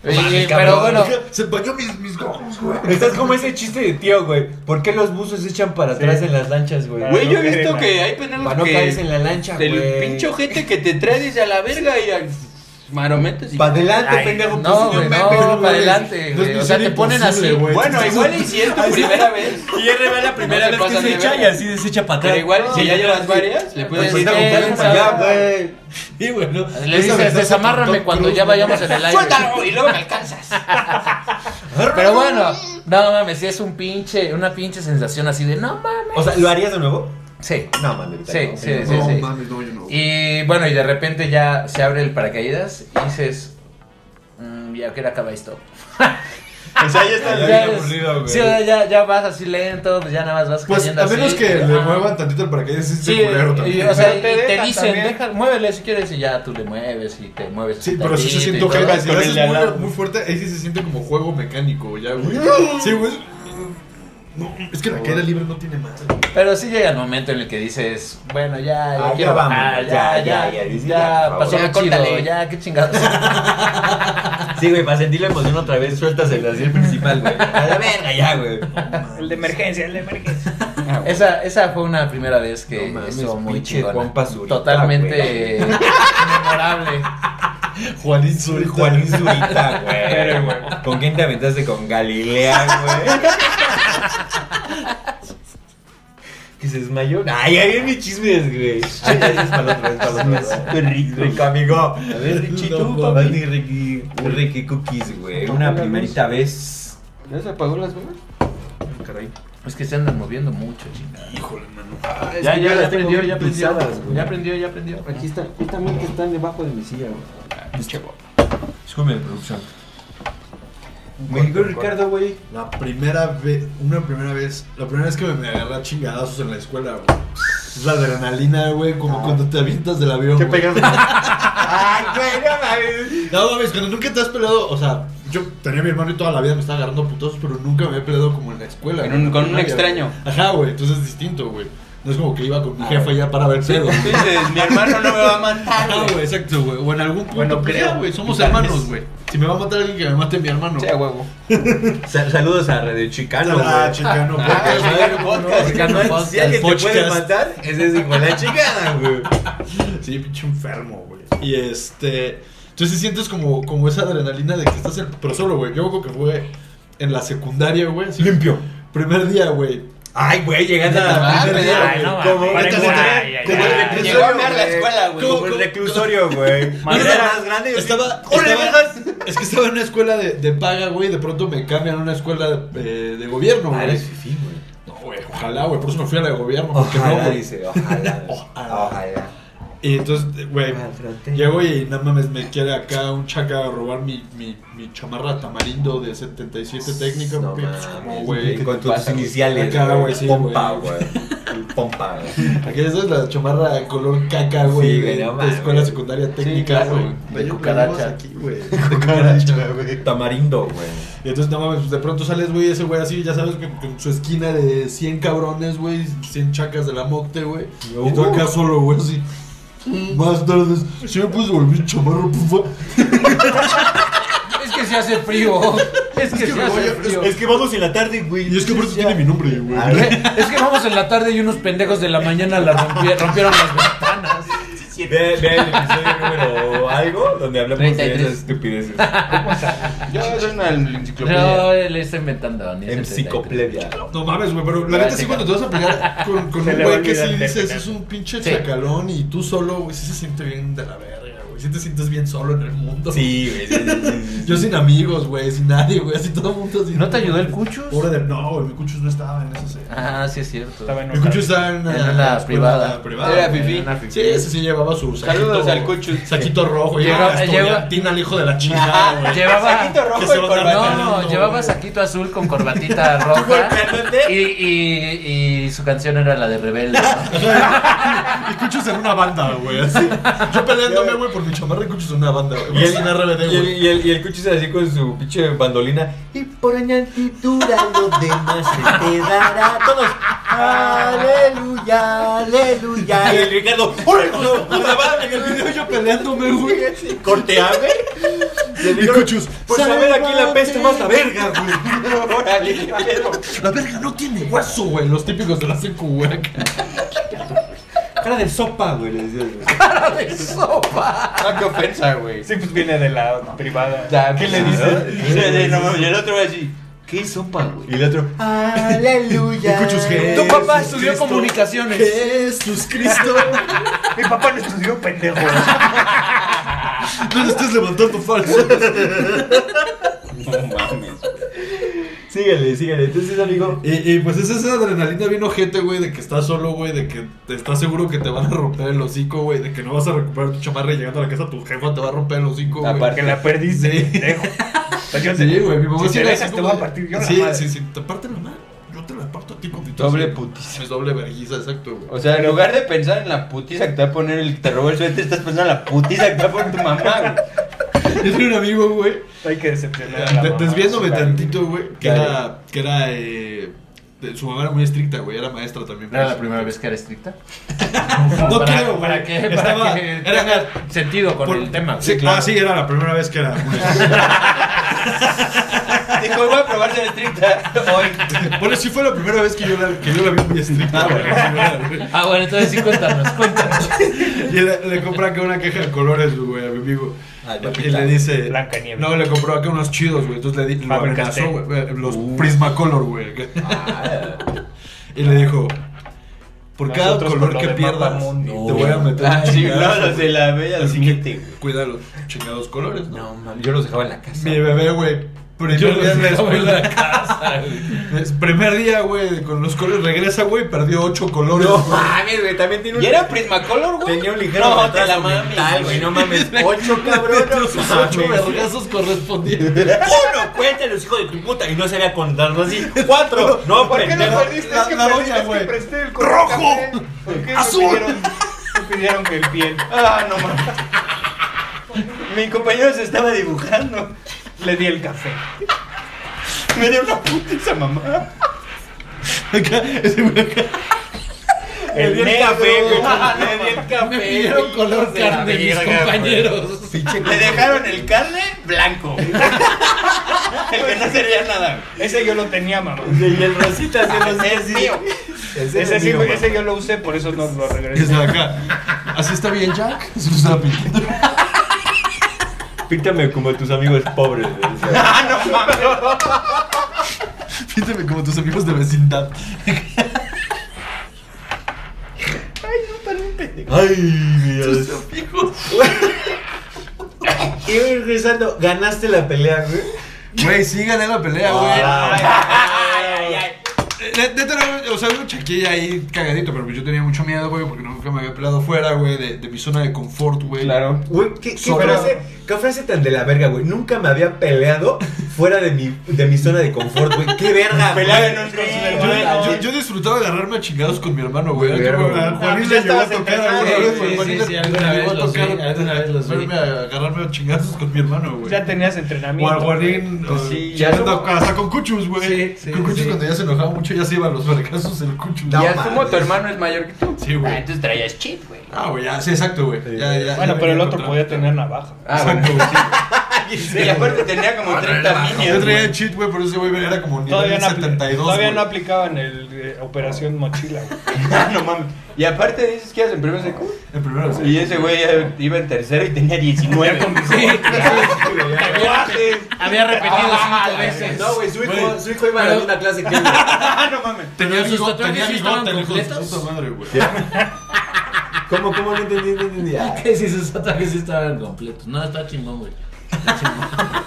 Speaker 5: Oye,
Speaker 3: Vale,
Speaker 5: pero
Speaker 3: cabrón.
Speaker 5: bueno,
Speaker 4: Se empañó mis, mis gomos, güey.
Speaker 3: Estás como ese chiste de tío, güey. ¿Por qué los buzos se echan para atrás en las lanchas, güey?
Speaker 6: Para
Speaker 1: Güey,
Speaker 6: no
Speaker 1: yo he
Speaker 6: caer en
Speaker 1: visto
Speaker 6: la-
Speaker 1: que hay penelos
Speaker 3: Para no
Speaker 1: que.
Speaker 3: caerse en la lancha,
Speaker 1: Del
Speaker 3: güey.
Speaker 1: pincho gente que te trae dice a la verga y a marometes y.
Speaker 3: Para adelante,
Speaker 6: Ay,
Speaker 3: pendejo. pues,
Speaker 5: no, güey, no,
Speaker 3: mames,
Speaker 5: para
Speaker 3: mames.
Speaker 5: adelante,
Speaker 4: No es
Speaker 5: güey. O sea, te
Speaker 4: misión
Speaker 5: ponen
Speaker 4: imposible,
Speaker 5: así.
Speaker 4: güey.
Speaker 1: Bueno, igual y si es tu primera vez.
Speaker 8: Y RBA la primera
Speaker 1: No se
Speaker 8: vez que
Speaker 1: pasan
Speaker 8: se
Speaker 1: de
Speaker 8: echa y
Speaker 1: verga.
Speaker 8: así desecha para atrás.
Speaker 1: Pero igual, si ya llevas varias, le puedes
Speaker 5: Pues
Speaker 1: decir.
Speaker 5: sí,
Speaker 1: "Eh,
Speaker 5: güey.
Speaker 3: Ya, güey.
Speaker 4: Sí, güey, no.
Speaker 5: Le dices, desamárrame cuando ya vayamos en el aire.
Speaker 1: Suéltalo y luego me alcanzas.
Speaker 5: Pero bueno, no mames, sí es un pinche, una pinche sensación así de no mames.
Speaker 3: O sea, ¿lo harías de nuevo?
Speaker 5: Sí.
Speaker 3: No, mames.
Speaker 5: Sí,
Speaker 3: no.
Speaker 5: sí, sí,
Speaker 4: No,
Speaker 5: sí.
Speaker 4: mames, no, yo no.
Speaker 5: Y bueno, y de repente ya se abre el paracaídas y dices, "Mm, ¿y a qué hora acaba esto?
Speaker 3: O
Speaker 4: Pues
Speaker 3: sea, ya está.
Speaker 5: Ya es-
Speaker 8: aburrido, güey.
Speaker 5: sí, o sea, ya, ya vas así lento, pues ya nada más vas
Speaker 4: Pues
Speaker 5: cayendo
Speaker 4: a menos
Speaker 5: así.
Speaker 4: que le
Speaker 5: Ajá.
Speaker 4: muevan tantito el paracaídas, es
Speaker 5: Sí,
Speaker 4: este culero
Speaker 5: y,
Speaker 4: también.
Speaker 5: o sea,
Speaker 6: Pero
Speaker 5: y
Speaker 6: te
Speaker 5: te,
Speaker 6: dejan
Speaker 5: dicen,
Speaker 6: también.
Speaker 5: deja, muévele si quieres y ya tú le mueves y te mueves.
Speaker 4: Sí, pero sí se siente
Speaker 5: tantito y
Speaker 4: ojete.
Speaker 5: todo.
Speaker 4: Si
Speaker 3: con
Speaker 4: lo
Speaker 3: el
Speaker 4: haces
Speaker 3: de al lado.
Speaker 4: muy, muy fuerte, ahí sí se siente como juego mecánico, ya, güey. Sí, güey. No, es que la caída libre no tiene más.
Speaker 5: Pero sí llega el momento en el que dices, bueno, ya, ya
Speaker 3: Ah,
Speaker 5: quiero
Speaker 3: ya vamos,
Speaker 5: bajar, ya, ya, ya,
Speaker 3: dices, ya, por
Speaker 5: pasó
Speaker 1: favor.
Speaker 5: lo
Speaker 1: Ya,
Speaker 5: chido,
Speaker 1: córtale.
Speaker 5: ya, qué chingados.
Speaker 3: Sí, güey, para sentir la emoción otra vez, sueltas el así el principal, güey. A la verga ya, güey.
Speaker 6: El de emergencia, el de emergencia.
Speaker 1: Ah,
Speaker 5: esa, esa fue una primera vez que
Speaker 3: No mames,
Speaker 5: estuvo muy
Speaker 3: pinche
Speaker 5: chingona.
Speaker 3: Juan Pazurita,
Speaker 5: Totalmente memorable.
Speaker 4: Juanín
Speaker 3: Soy
Speaker 4: Zurita.
Speaker 3: Juanín Zurita,
Speaker 6: Pero,
Speaker 3: güey.
Speaker 6: güey.
Speaker 3: ¿Con quién te aventaste? Con Galilea, güey. que se desmayó. Ay, ahí vienen mis chismes, güey. Ay, ay, es para otro, es para otro. Súper rico, rico, amigo. A ver, Richie, tú,
Speaker 4: No,
Speaker 3: papi.
Speaker 4: mami.
Speaker 3: Ricky, Ricky Cookies, güey.
Speaker 8: Una primerita vez.
Speaker 6: ¿Ya se apagó las velas?
Speaker 4: Caray.
Speaker 5: Es que se andan moviendo mucho, chingada.
Speaker 4: Híjole, mano.
Speaker 5: Ya, ya, ya aprendió,
Speaker 2: bien
Speaker 5: ya aprendió.
Speaker 2: pisadas, güey.
Speaker 5: Ya aprendió, ya aprendió.
Speaker 2: Aquí están, justamente están debajo de mi silla, güey.
Speaker 8: Disculpe, producción. Me dijo Ricardo, güey.
Speaker 4: La primera vez, una primera vez, la primera vez que me, me agarré a chingadazos en la escuela, güey. Es la adrenalina, güey, como cuando te avientas del avión. güey.
Speaker 3: Ay, güey, no mames.
Speaker 4: No mames, cuando nunca te has peleado, o sea, yo tenía a mi hermano y toda la vida me estaba agarrando a putazos, pero nunca me había peleado como en la escuela.
Speaker 1: Con
Speaker 4: güey,
Speaker 1: un- con un
Speaker 4: primaria,
Speaker 1: extraño.
Speaker 4: güey. Ajá, güey, entonces es distinto, güey. No es como que iba con mi jefa ya para ver pedo. güey.
Speaker 1: Dices, mi hermano no me va a matar.
Speaker 4: Ajá, güey, exacto, güey. O en algún punto,
Speaker 6: Bueno,
Speaker 4: pues,
Speaker 6: creo.
Speaker 4: ya, güey, somos
Speaker 3: Tal vez.
Speaker 4: hermanos, güey. Si me va a matar alguien, que me mate mi hermano.
Speaker 1: Sí, a huevo.
Speaker 3: Sa- Saludos a Radio Chicano,
Speaker 4: Ah,
Speaker 3: güey.
Speaker 4: chingano,
Speaker 3: Ah,
Speaker 4: podcast,
Speaker 3: güey,
Speaker 4: ¿cómo no?
Speaker 3: podcast,
Speaker 4: Chingano, podcast,
Speaker 3: Si alguien te puede
Speaker 4: podcast.
Speaker 3: matar, ese es hijo de la chingada, güey.
Speaker 4: Sí, pinche enfermo, güey. Y este. Entonces sientes como, como esa adrenalina de que estás. en- pero solo, güey. Yo creo que fue en la secundaria, güey. así,
Speaker 3: Limpio.
Speaker 4: Primer día, güey.
Speaker 3: Ay, güey, llegando a la
Speaker 4: Ay,
Speaker 5: no,
Speaker 3: Como
Speaker 6: mames.
Speaker 3: como-
Speaker 6: Ay, ay,
Speaker 3: como
Speaker 6: ay,
Speaker 3: el
Speaker 6: ay.
Speaker 3: reclusorio,
Speaker 1: Llegó a mear la
Speaker 3: güey.
Speaker 1: escuela, güey.
Speaker 3: Como el reclusorio, güey.
Speaker 6: Madera.
Speaker 3: Era más grande. y-
Speaker 4: Estaba.
Speaker 3: ¡Órale,
Speaker 4: estaba-
Speaker 3: vergas!
Speaker 4: es que estaba en una escuela de, de paga, güey. De pronto me cambian a una escuela de, eh, de gobierno,
Speaker 3: Ah,
Speaker 4: güey.
Speaker 3: eres fifí, güey.
Speaker 4: No, güey. Ojalá, güey. Por eso me fui a la de gobierno. Porque no,
Speaker 3: Ojalá,
Speaker 4: güey.
Speaker 3: dice, ojalá.
Speaker 4: Ojalá.
Speaker 3: Ojalá.
Speaker 4: Y entonces, güey. Llego y nada mames me quiere acá un chaca a robar mi, mi, mi chamarra tamarindo de 77 técnica.
Speaker 3: No
Speaker 4: porque, pues, como,
Speaker 3: mames,
Speaker 4: güey.
Speaker 3: Con tus
Speaker 1: pasa, güey?
Speaker 3: iniciales.
Speaker 4: Acá, güey, sí,
Speaker 3: Pompa,
Speaker 4: güey.
Speaker 3: güey. El Pompa, güey.
Speaker 4: Aquí esa es la chamarra de color caca, güey.
Speaker 3: Sí, güey,
Speaker 4: de,
Speaker 3: no
Speaker 4: de
Speaker 3: mames.
Speaker 4: escuela secundaria técnica,
Speaker 1: claro,
Speaker 4: güey.
Speaker 1: güey.
Speaker 4: Pero
Speaker 5: cucaracha.
Speaker 4: vivimos aquí, güey. De cucaracha, güey.
Speaker 3: Tamarindo, güey.
Speaker 4: Y entonces, no mames, pues de pronto sales, güey, ese güey así, ya sabes, que con su esquina de 100 cabrones, güey, 100 chacas de la mocte, güey. Y tú acá solo, güey, así. Más tardes, si me puedes volver chamarra, pufa.
Speaker 1: Es que se hace frío.
Speaker 6: Es que se hace frío.
Speaker 3: Es que vamos en la tarde, güey.
Speaker 4: Y es que por eso tiene mi nombre, güey.
Speaker 3: A ver.
Speaker 5: Es que vamos en la tarde y unos pendejos de la mañana la rompie- rompieron las
Speaker 3: Ah,
Speaker 5: ventanas.
Speaker 3: Ve, ve el episodio número algo donde hablamos de
Speaker 1: 33.
Speaker 3: esas estupideces.
Speaker 1: Yo soy una
Speaker 5: No,
Speaker 1: enciclopedia.
Speaker 5: le está inventando. ni
Speaker 3: En
Speaker 5: 73.
Speaker 3: psicopledia.
Speaker 4: No mames, güey, pero la neta sí cuando te vas a pelear con, con
Speaker 6: Se
Speaker 4: un
Speaker 6: le va
Speaker 4: güey
Speaker 6: a
Speaker 4: que sí
Speaker 6: olvidar de
Speaker 4: dices
Speaker 6: pelar.
Speaker 4: es un pinche
Speaker 5: Sí.
Speaker 4: chacalón y tú solo, güey, sí se siente bien de la verga, güey. Sí te sientes bien solo en el mundo.
Speaker 3: Sí, güey. sí, sí, sí, sí.
Speaker 4: Yo sin amigos, güey, sin nadie, güey, así todo el mundo así.
Speaker 5: ¿No te ayudó el cuchus?
Speaker 4: Pobre de- no, güey, mi cuchus no estaba en esa serie.
Speaker 5: Ah, sí es cierto.
Speaker 6: Estaba en
Speaker 4: Mi cuchus estaba en una
Speaker 5: En una
Speaker 4: escuela
Speaker 5: privada.
Speaker 3: Ah,
Speaker 4: privada.
Speaker 1: Era
Speaker 4: güey.
Speaker 1: fifí.
Speaker 5: Una fifí.
Speaker 4: Sí, ese sí llevaba su
Speaker 1: Saludos al cuchus.
Speaker 4: Saquito rojo, ah,
Speaker 5: Llega-
Speaker 4: llevaba
Speaker 5: lleva-
Speaker 4: estudiantina al hijo de la chingada, güey.
Speaker 5: Llevaba.
Speaker 1: rojo
Speaker 4: Que se
Speaker 1: y
Speaker 4: va a
Speaker 1: corbata.
Speaker 4: dar-
Speaker 5: No,
Speaker 4: No,
Speaker 5: llevaba
Speaker 4: güey.
Speaker 5: saquito azul con corbatita roja. Y, y, y su canción era la de Rebelde. ¿no?
Speaker 4: Y cuchus en una banda, güey, así. Yo peleándome, güey, por mi chamarra y cuchus en una banda, güey.
Speaker 3: Y el,
Speaker 4: Es una RBD,
Speaker 3: y, el,
Speaker 4: güey.
Speaker 3: y, el, y el cuchis así con su pinche bandolina. Y por añadidura lo demás se te dará. Todos. Aleluya, aleluya. Y el Ricardo. ¡Órale, pues, no! Grabaron en el video yo peleándome, güey. Corteame. Y el
Speaker 4: Y
Speaker 3: Ricardo,
Speaker 4: cuchus,
Speaker 3: Pues a ver, aquí la peste más la verga, güey.
Speaker 4: La verga no tiene hueso, güey. Los típicos de la secu, güey.
Speaker 3: Cara de sopa, güey. le decía, güey.
Speaker 1: No, Ah, qué ofensa, güey.
Speaker 6: Sí, pues viene de la privada.
Speaker 1: Ya,
Speaker 6: ¿Qué
Speaker 1: pues,
Speaker 6: le
Speaker 1: sí,
Speaker 6: dice?
Speaker 1: ¿no? Sí, no, mames, Y el otro va así. ¿Qué sopa, güey?
Speaker 3: Y el otro.
Speaker 4: Y
Speaker 3: Aleluya.
Speaker 4: cuchus, Jesús
Speaker 5: Tu papá estudió
Speaker 4: Cristo.
Speaker 5: comunicaciones.
Speaker 4: Jesús Cristo.
Speaker 6: Mi papá no estudió pendejo.
Speaker 4: No le estés levantando falso.
Speaker 3: Síguele, síguele. Entonces, amigo.
Speaker 4: Y, y pues es esa adrenalina bien ojete, güey, de que estás solo, güey, de que te estás seguro que te van a romper el hocico, güey, de que no vas a recuperar tu chamarra y llegando a la casa tu jefa te va a romper el hocico, güey.
Speaker 6: Porque la perdiste,
Speaker 4: Sí.
Speaker 6: pendejo. Yo te-
Speaker 4: Sí, güey, mi mamá
Speaker 6: Si
Speaker 4: sí
Speaker 6: te
Speaker 4: era
Speaker 6: dejas,
Speaker 4: así
Speaker 6: te
Speaker 4: como
Speaker 6: voy a
Speaker 4: de-
Speaker 6: partir yo la
Speaker 4: Sí,
Speaker 6: madre.
Speaker 4: sí, sí, te parte la madre. Yo te la parto a ti con mi
Speaker 1: Doble
Speaker 4: putiza. Es doble vergüenza, exacto, güey.
Speaker 1: O sea, en lugar de pensar en la putiza que te va a poner el que te robó el suéter, estás pensando en la putiza que te va a poner tu mamá, güey.
Speaker 4: Yo tenía un amigo, güey,
Speaker 6: Hay que decepcionar. a la
Speaker 4: De-
Speaker 6: mamá.
Speaker 4: Desviándome
Speaker 6: Claro.
Speaker 4: tantito, güey, que
Speaker 1: Dale.
Speaker 4: era, que era, eh, de- su mamá era muy estricta, güey, era maestra también.
Speaker 5: ¿Era la
Speaker 4: pues.
Speaker 5: primera vez que era estricta?
Speaker 4: No
Speaker 5: ¿Para,
Speaker 4: creo, güey.
Speaker 5: ¿Para qué? Para
Speaker 4: Estaba-
Speaker 5: que
Speaker 4: era-
Speaker 5: tenga sentido con
Speaker 4: por-
Speaker 5: el tema.
Speaker 4: Sí, Ah, sí, era la primera vez que era. muy
Speaker 1: Dijo, voy a probarse la estricta hoy.
Speaker 4: estricta. bueno, sí fue la primera vez que yo la, que yo la vi muy
Speaker 6: Ah,
Speaker 4: estricta, güey.
Speaker 5: Ah, bueno, entonces sí, cuéntanos, cuéntanos.
Speaker 4: Y le, le compré acá una caja de colores, güey, a mi amigo.
Speaker 8: Ah,
Speaker 3: Ay,
Speaker 4: y le dice...
Speaker 6: Blanca nieve.
Speaker 4: No, le compró acá unos chidos, güey. Entonces le di, lo
Speaker 6: Faber-Castell.
Speaker 8: Uh. Ah.
Speaker 4: amenazó, güey. eh, Los Prismacolor, güey. Y le dijo, Por cada
Speaker 6: Nosotros
Speaker 4: color
Speaker 6: con lo
Speaker 4: que
Speaker 6: de
Speaker 4: pierdas,
Speaker 6: Mapamundi.
Speaker 4: te voy a meter.
Speaker 1: Ah,
Speaker 4: un
Speaker 1: sí,
Speaker 4: chingazo,
Speaker 1: no, los de la bella
Speaker 4: Así
Speaker 1: durmiente.
Speaker 4: que cuida los chingados colores, ¿no?
Speaker 8: No, mami, yo los dejaba en la casa.
Speaker 4: Mi bebé, güey. Primer
Speaker 5: Yo
Speaker 4: día en la
Speaker 5: los en
Speaker 4: escuela.
Speaker 5: la casa, güey.
Speaker 4: Es- Primer día, güey, con los colores. Regresa, güey, perdió ocho colores.
Speaker 3: No
Speaker 4: güey.
Speaker 3: mames, güey, también tiene un.
Speaker 1: ¿Y era Prismacolor, güey?
Speaker 3: Tenía un ligero
Speaker 1: No, te
Speaker 3: retraso
Speaker 1: la mames.
Speaker 3: mental, güey, no mames. Ocho cabrón, Ah, no
Speaker 4: Sus ocho
Speaker 3: mames.
Speaker 4: vergazos correspondientes.
Speaker 3: Uno, cuéntanos, hijo de tu puta. Y no sabía contarlo así. Cuatro, no,
Speaker 6: ¿Por qué
Speaker 3: pendejo.
Speaker 6: no perdiste?
Speaker 4: la-
Speaker 6: es que
Speaker 4: la
Speaker 6: perdí-
Speaker 4: olla,
Speaker 6: es que
Speaker 4: güey.
Speaker 6: presté el color
Speaker 4: Rojo.
Speaker 6: café. ¿Por qué me
Speaker 4: Azul.
Speaker 6: pidieron- me pidieron que el piel?
Speaker 1: Ah, no mames. Mi compañero se estaba dibujando.
Speaker 6: Le di el café.
Speaker 1: Me dio una putiza, mamá.
Speaker 4: Acá, ese güey acá.
Speaker 3: Le di el café, güey.
Speaker 6: Ah,
Speaker 3: Le di el café.
Speaker 5: Me pidieron color
Speaker 3: de la
Speaker 5: carne mis
Speaker 3: verga,
Speaker 5: compañeros.
Speaker 1: Le dejaron el carne blanco. El que no servía nada.
Speaker 6: Ese yo lo tenía, mamá.
Speaker 3: Y el rosita se lo sé, sí.
Speaker 1: Mío.
Speaker 6: Ese, sí,
Speaker 3: mío,
Speaker 6: güey,
Speaker 3: mamá.
Speaker 6: ese yo lo usé, por eso no lo
Speaker 4: Y
Speaker 6: regresé.
Speaker 4: está acá. ¿Así está bien, Jack? Se lo estaba pintando.
Speaker 3: Píntame como tus amigos pobres, güey. O sea,
Speaker 4: Píntame como tus amigos de vecindad.
Speaker 3: Ay, mi Dios. Y regresando, ganaste la pelea, güey.
Speaker 4: Güey, sí gané la pelea,
Speaker 3: Ay,
Speaker 4: güey.
Speaker 3: ay, ay.
Speaker 4: Ne- Neta, no, o sea, lo chequé ahí cagadito, pero pues yo tenía mucho miedo, güey, porque nunca me había pelado fuera, güey, de, de mi zona de confort, güey.
Speaker 1: Claro.
Speaker 3: Güey, ¿qué, qué
Speaker 4: Sobre-
Speaker 3: frase, qué frase tan de la verga, güey. Nunca me había peleado fuera de mi, de mi zona de confort, güey. Qué verga.
Speaker 1: Pelear en
Speaker 3: güey.
Speaker 1: un ring,
Speaker 3: Sí,
Speaker 4: Yo,
Speaker 1: güey.
Speaker 4: yo, yo disfrutaba agarrarme a chingados con mi hermano, güey.
Speaker 5: Muy bien, güey.
Speaker 4: A Juanín
Speaker 1: Ah,
Speaker 4: le
Speaker 1: ya
Speaker 4: llegó a
Speaker 1: estabas
Speaker 4: tocar
Speaker 1: entrenado,
Speaker 4: alguna vez,
Speaker 5: güey. Sí,
Speaker 4: Juanín
Speaker 5: sí,
Speaker 4: le-
Speaker 5: sí,
Speaker 4: le
Speaker 5: alguna
Speaker 4: llegó
Speaker 5: vez
Speaker 4: a
Speaker 5: los
Speaker 4: tocar
Speaker 5: vi, alguna vez los vi.
Speaker 4: verme a agarrarme a chingazos con mi hermano, güey.
Speaker 6: Ya tenías
Speaker 4: O al
Speaker 6: entrenamiento.
Speaker 4: Juanín, o-
Speaker 1: Sí,
Speaker 4: ya
Speaker 1: ya
Speaker 4: ando
Speaker 1: somos-
Speaker 4: casa con Cuchus, güey.
Speaker 5: Sí, sí,
Speaker 4: con Cuchus
Speaker 5: sí.
Speaker 4: cuando ya se enojaba mucho ya se iba a los vergazos el Cuchus.
Speaker 1: Y
Speaker 3: No
Speaker 1: asumo
Speaker 3: mames.
Speaker 1: tu hermano es mayor que tú.
Speaker 4: Sí, güey.
Speaker 1: Ah, entonces traías chip, güey.
Speaker 4: Ah, güey, ya, sí, exacto, güey. Ya, ya,
Speaker 6: Bueno,
Speaker 4: ya
Speaker 6: pero el
Speaker 4: venía
Speaker 6: otro
Speaker 4: contra-
Speaker 6: podía tener navaja.
Speaker 1: Ah,
Speaker 4: Exacto, güey. sí.
Speaker 1: Y aparte tenía como 30
Speaker 4: Yo
Speaker 1: minions.
Speaker 4: traía
Speaker 1: güey.
Speaker 4: el cheat, güey, pero ese güey era como nivel
Speaker 6: Todavía no, apli-
Speaker 4: 72.
Speaker 6: todavía no
Speaker 4: güey.
Speaker 6: aplicaban el eh, operación mochila. güey.
Speaker 1: Ah, no mames. Y aparte dices que ibas en primer seco.
Speaker 4: En primero, sí.
Speaker 1: Y ese güey ya iba en tercero y tenía 19.
Speaker 5: Sí,
Speaker 1: ¿Qué haces?
Speaker 5: había repetido cinco veces.
Speaker 3: No, güey, su hijo,
Speaker 4: Güey.
Speaker 3: su hijo iba a la
Speaker 5: Pero-
Speaker 3: misma clase que él. güey.
Speaker 1: Ah, no mames.
Speaker 4: Tenía
Speaker 5: ¿Pero sus
Speaker 4: bigote,
Speaker 5: tatuajes
Speaker 4: tenía
Speaker 5: sí estaban
Speaker 4: bigote, el hijo de su
Speaker 5: completos?
Speaker 4: puta madre, güey.
Speaker 3: ¿Cómo, cómo no entendí? No entendí. Ah,
Speaker 5: Que si sus ataques sí estaban completos. No, está chingón, güey. Está chingón.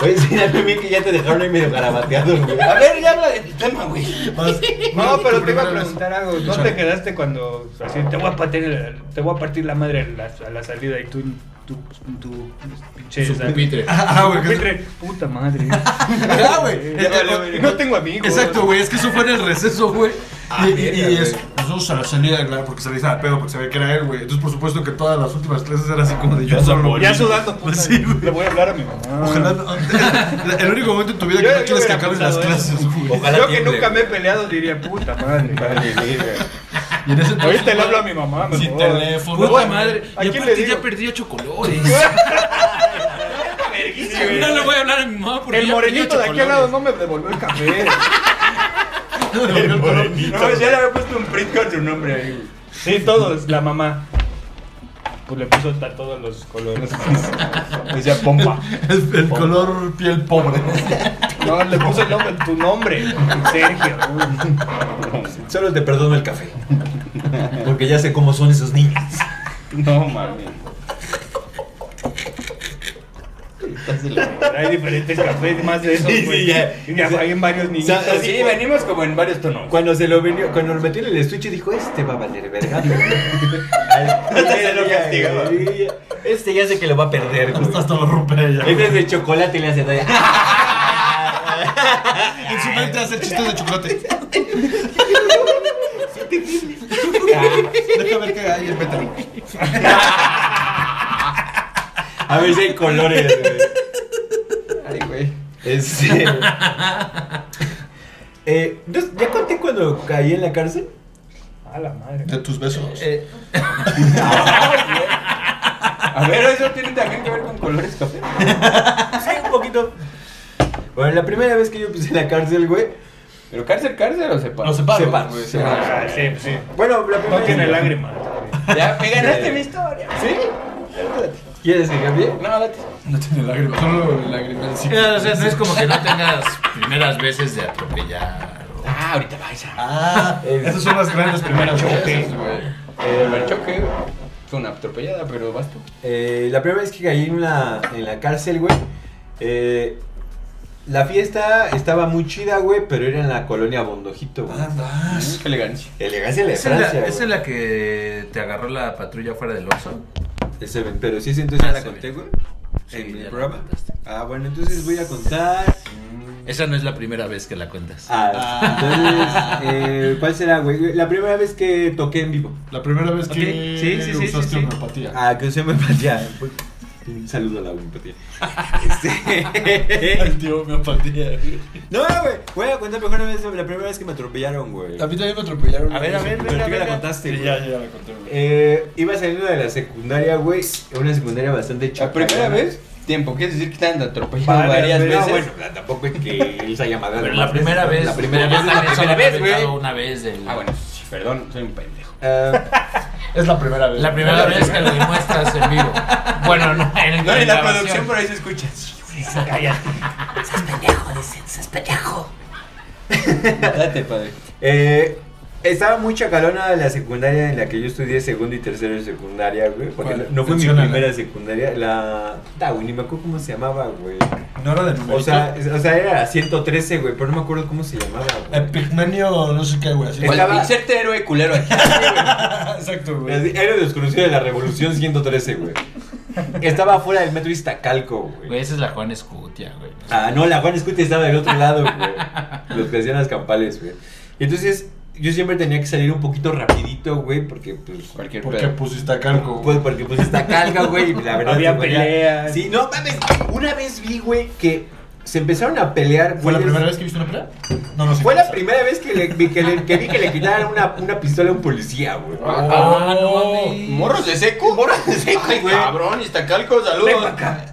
Speaker 3: Oye, sí, también bien que ya te dejaron ahí medio garabateado, güey.
Speaker 1: A ver, ya habla de tu tema, güey.
Speaker 4: Vas,
Speaker 6: No,
Speaker 4: vas,
Speaker 6: pero
Speaker 4: tu
Speaker 6: te iba a
Speaker 4: primera vez.
Speaker 6: preguntar algo. ¿No
Speaker 4: Échale.
Speaker 6: te quedaste cuando así, te voy a partir, la- te voy a partir la madre a la, a la salida y tú, tú, tú, pinche
Speaker 5: Su
Speaker 6: sal-
Speaker 5: pupitre.
Speaker 4: Ah, güey. que-
Speaker 6: pupitre? Puta madre.
Speaker 4: Ah, güey.
Speaker 6: Ya valió verga. No tengo amigos.
Speaker 4: Exacto, güey. Es que eso fue en el receso, güey. Pues
Speaker 3: Ah,
Speaker 4: Y, y,
Speaker 3: verga,
Speaker 4: y es,
Speaker 3: güey.
Speaker 4: nosotros a la salida, claro, porque se le a pedo, porque se ve que era él, güey. Entonces, por supuesto que todas las últimas clases eran así como de yo solo. güey.
Speaker 6: Ya sudando, puta.
Speaker 4: Sí, güey.
Speaker 6: le voy a hablar a mi mamá.
Speaker 4: Ojalá. no- El único momento en tu vida
Speaker 6: Yo-
Speaker 4: que no
Speaker 6: yo
Speaker 4: quieres que
Speaker 6: hubiera
Speaker 4: acaben las
Speaker 6: pensado eso.
Speaker 4: clases, güey.
Speaker 3: Ojalá
Speaker 6: Yo que
Speaker 3: tiemble,
Speaker 6: nunca
Speaker 3: güey.
Speaker 6: me he peleado diría, puta madre.
Speaker 4: Y en ese entonces-
Speaker 6: Ahorita le hablo a mi mamá, mejor.
Speaker 4: Sin teléfono.
Speaker 5: Puta
Speaker 4: güey.
Speaker 5: madre.
Speaker 6: ¿a
Speaker 5: Y
Speaker 6: quién
Speaker 5: aparte
Speaker 6: le digo?
Speaker 5: ya perdí ocho colores. No le voy a hablar a mi mamá porque
Speaker 6: El
Speaker 5: ya perdí
Speaker 6: morenito
Speaker 5: ocho
Speaker 6: de aquí al lado
Speaker 5: colores.
Speaker 6: no me devolvió el café.
Speaker 1: No, ya le había puesto un print con su nombre ahí, güey.
Speaker 6: Sí, todos, la mamá. Pues le puso ta- todos los colores.
Speaker 1: Decía pompa.
Speaker 4: El, el color piel pobre.
Speaker 6: No, le puso el nombre, tu nombre, Sergio.
Speaker 3: Solo te perdono el café. Porque ya sé cómo son esos niños.
Speaker 1: No mames. Estás de la-
Speaker 6: Hay diferentes cafés más de esos,
Speaker 3: Sí, sí,
Speaker 6: güey.
Speaker 3: ya.
Speaker 6: Y ya hay en varios niños.
Speaker 3: O sea,
Speaker 1: Sí, venimos como en varios tonos.
Speaker 3: Cuando se lo venía, cuando lo metió en el estuche dijo, este va a valer verga. Al-
Speaker 1: Se lo castigaba.
Speaker 3: Este ya sé que lo va a perder. güey.
Speaker 4: Hasta lo rompe ella.
Speaker 3: Este es de chocolate y le hace daño.
Speaker 4: En su mente hacer chistes de chocolate.
Speaker 1: Ah,
Speaker 4: Deja ver que hay el pétalo.
Speaker 3: A ver si hay colores, güey.
Speaker 1: Ay, güey.
Speaker 3: Este. eh, ¿no- ¿Ya conté cuando caí en la cárcel?
Speaker 6: A la madre.
Speaker 4: De tus besos.
Speaker 1: A ver, eso tiene también que ver con colores café.
Speaker 3: Sí, un poquito. Bueno, la primera vez que yo pisé la cárcel, güey.
Speaker 1: Pero cárcel, cárcel o separo.
Speaker 4: Lo separo.
Speaker 3: Separo.
Speaker 4: güey,
Speaker 1: separo.
Speaker 6: Ah, sí, sí.
Speaker 3: Bueno, la primera
Speaker 6: No tiene lágrimas.
Speaker 1: Ya, me ganaste mi historia.
Speaker 3: ¿Sí? ¿Quieres que cambie?
Speaker 1: No, date.
Speaker 4: No tiene lágrimas, solo lágrimas. Sí.
Speaker 5: Eh, O sea, no es como que no tengas primeras veces de atropellar. o-
Speaker 1: Ah, ahorita va esa.
Speaker 4: Ah,
Speaker 3: Eh,
Speaker 9: Esas son las grandes primeras veces, güey.
Speaker 1: Eh, el choque fue una atropellada, pero vas tú.
Speaker 3: Eh, la primera vez que caí en, una, en la cárcel, güey. eh, la fiesta estaba muy chida, güey, pero era en la colonia Bondojito, güey.
Speaker 1: Mm, Qué elegancia.
Speaker 3: Ah, Elegancia de
Speaker 5: ¿Esa es, la,
Speaker 3: Francia,
Speaker 5: esa
Speaker 3: güey.
Speaker 5: es la que te agarró la patrulla fuera del Oxxo?
Speaker 3: Ese, güey, pero sí, sí, entonces
Speaker 5: Ah,
Speaker 3: ya la
Speaker 5: sí,
Speaker 3: conté, güey.
Speaker 5: Sí,
Speaker 3: En
Speaker 5: ya
Speaker 3: el
Speaker 5: la
Speaker 3: programa.
Speaker 5: contaste.
Speaker 3: Ah, bueno, entonces voy a contar.
Speaker 5: Esa no es la primera vez que la cuentas.
Speaker 3: Ah, entonces, eh, ¿cuál será, güey? La primera vez que toqué en vivo.
Speaker 4: la primera vez que
Speaker 6: Ok, sí, sí, sí,
Speaker 4: usaste
Speaker 6: sí, sí.
Speaker 4: homeopatía.
Speaker 3: Ah, que usé homeopatía. Un saludo a la homeopatía. Este...
Speaker 4: El tío homeopatía.
Speaker 3: No, güey. Voy a contar mejor una vez sobre la primera vez que me atropellaron, güey.
Speaker 4: A mí también me atropellaron.
Speaker 3: A ver, a ver,
Speaker 4: Sí,
Speaker 3: venga,
Speaker 4: tú ya la
Speaker 3: venga.
Speaker 4: contaste.
Speaker 3: Sí,
Speaker 4: güey.
Speaker 3: ya,
Speaker 4: ya, ya la conté.
Speaker 3: Eh, iba saliendo de la secundaria, güey. Una secundaria bastante
Speaker 1: La
Speaker 3: chapa.
Speaker 1: primera vez, tiempo. Quiere decir que te han atropellado varias
Speaker 6: Varias veces.
Speaker 1: veces.
Speaker 3: No, bueno, tampoco es que él se haya madreado
Speaker 5: Pero
Speaker 3: más
Speaker 5: la primera
Speaker 3: veces,
Speaker 5: vez.
Speaker 3: La primera
Speaker 5: yo
Speaker 3: vez es la
Speaker 5: también solo
Speaker 3: primera
Speaker 5: me he
Speaker 3: vez, güey.
Speaker 5: aventado una vez. del-
Speaker 1: Ah, bueno, sí, perdón, soy un pendejo.
Speaker 3: Ah,
Speaker 4: Es la primera vez.
Speaker 5: La primera vez que lo demuestras en vivo. Bueno, no, en el
Speaker 1: No, en la
Speaker 3: pues,
Speaker 5: grabación.
Speaker 1: producción por ahí se escucha. Date, padre.
Speaker 3: eh, estaba muy chacalona la secundaria en la que yo estudié segundo y tercero de secundaria, güey. Porque
Speaker 4: ¿Cuál?
Speaker 3: no fue mi
Speaker 4: Menciónala.
Speaker 3: primera secundaria. La. Da, güey, ni me acuerdo cómo se llamaba, güey.
Speaker 4: No era de
Speaker 3: O
Speaker 4: numeritos.
Speaker 3: sea, es- o sea, era 113, güey, pero no me acuerdo cómo se llamaba,
Speaker 4: Eh,
Speaker 3: güey.
Speaker 4: Pigmenio, no sé qué, güey. así.
Speaker 3: ¿Cuál? Estaba-
Speaker 1: Inserte héroe culero aquí.
Speaker 4: Exacto, güey.
Speaker 3: Así, Era desconocido de la Revolución 113, güey. Estaba fuera del metro Iztacalco,
Speaker 5: Güey, esa es la Juan Escutia, güey.
Speaker 3: Ah, no, la Juan Escutia estaba del otro lado, güey. Los que hacían las campales, güey. Y entonces, yo siempre tenía que salir un poquito rapidito, güey, porque, pues...
Speaker 1: Cualquier
Speaker 4: Porque
Speaker 1: pedo.
Speaker 4: pusiste a cargo.
Speaker 3: Pues porque pues esta carga, güey, y la verdad...
Speaker 6: Había
Speaker 3: se ponía-
Speaker 6: peleas.
Speaker 3: Sí, no, mames, una vez vi, güey, que se empezaron a pelear,
Speaker 4: ¿Fue la
Speaker 3: güeyes-
Speaker 4: primera vez que viste una pelea? No, no sé.
Speaker 3: Fue la primera vez que, le- vi- que, le- que vi que le quitaron una, una pistola a un policía, güey.
Speaker 5: Ah, no mames.
Speaker 1: Morros de seco. Morros de seco, güey. Cabrón, Iztacalco, saludos.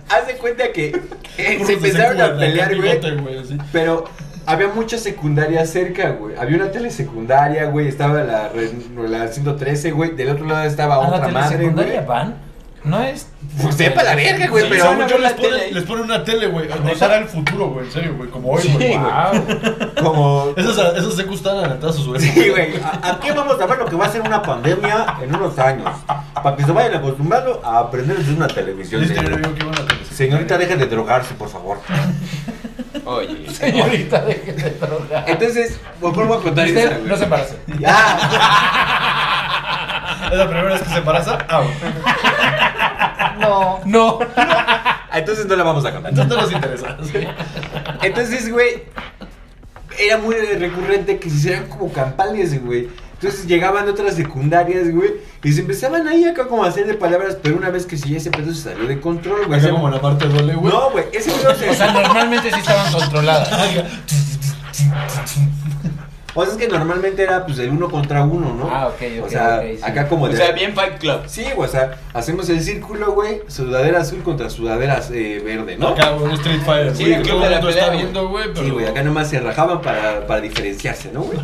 Speaker 3: Haz de cuenta que eh,
Speaker 4: Puros
Speaker 3: se
Speaker 4: de
Speaker 3: empezaron
Speaker 4: secu,
Speaker 3: a pelear,
Speaker 4: acá
Speaker 3: güey.
Speaker 4: bigote, güey, así.
Speaker 3: Pero había muchas secundarias cerca, güey. Había una telesecundaria, güey. Estaba la, re- la 113, güey. Del otro lado estaba
Speaker 5: ¿A
Speaker 3: otra
Speaker 5: Ah, la
Speaker 3: madre,
Speaker 5: telesecundaria
Speaker 3: güey.
Speaker 5: van? No es.
Speaker 3: Pues sepa la verga, güey.
Speaker 4: Sí,
Speaker 3: pero
Speaker 4: según
Speaker 3: van a
Speaker 4: yo
Speaker 3: ver
Speaker 4: les
Speaker 3: la
Speaker 4: ponen
Speaker 3: tele.
Speaker 4: les ponen una tele, güey. Nos hará el futuro, güey. En serio, güey. Como hoy,
Speaker 3: Sí,
Speaker 4: güey.
Speaker 3: güey.
Speaker 5: Wow.
Speaker 3: Como.
Speaker 4: Esas, esas se gustan adelantadas a su época.
Speaker 3: Sí, güey. ¿A, a qué vamos a ver lo que va a ser una pandemia en unos años? Para que se vayan acostumbrando a aprender de una televisión.
Speaker 4: Yo tenía un
Speaker 3: señor.
Speaker 4: amigo que iba a la televisión.
Speaker 3: Señorita, dejen de drogarse, por favor.
Speaker 1: Oye.
Speaker 5: Señorita, deje de drogar.
Speaker 3: Entonces, Pues, vuelvo a contar esa,
Speaker 5: Usted
Speaker 3: güey.
Speaker 5: no se embaraza.
Speaker 3: Ah,
Speaker 4: ¿Es la primera vez que se embaraza? Ah, güey.
Speaker 5: No. No.
Speaker 3: Ah, entonces no la vamos a contar.
Speaker 4: Entonces no nos interesa. Sí.
Speaker 3: Entonces, güey, era muy recurrente que se hicieran como campales, güey. Entonces llegaban otras secundarias, güey, y se empezaban ahí acá como a hacer de palabras, pero una vez que sí, ese pedo se salió de control, güey.
Speaker 4: Acá
Speaker 3: Ese-
Speaker 4: como la parte duele, güey.
Speaker 3: No, güey, ese pedo se...
Speaker 5: O sea, normalmente sí estaban controladas.
Speaker 3: O sea, es que normalmente era, pues, el uno contra uno, ¿no?
Speaker 5: Ah, ok, ok,
Speaker 3: O sea,
Speaker 5: ok, sí.
Speaker 3: acá como
Speaker 1: O
Speaker 3: de...
Speaker 1: sea, bien Fight Club.
Speaker 3: Sí, güey, o sea, hacemos el círculo, güey, sudadera azul contra sudadera eh, verde, ¿no?
Speaker 4: Acá, güey, un Street Fighter.
Speaker 1: Sí,
Speaker 4: güey,
Speaker 1: el
Speaker 4: que
Speaker 1: club
Speaker 4: todo
Speaker 1: de la
Speaker 4: mundo
Speaker 1: pelea,
Speaker 4: está
Speaker 1: güey.
Speaker 4: viendo, güey. Pero...
Speaker 3: Sí, güey, acá nomás se rajaban para, para diferenciarse, ¿no, güey?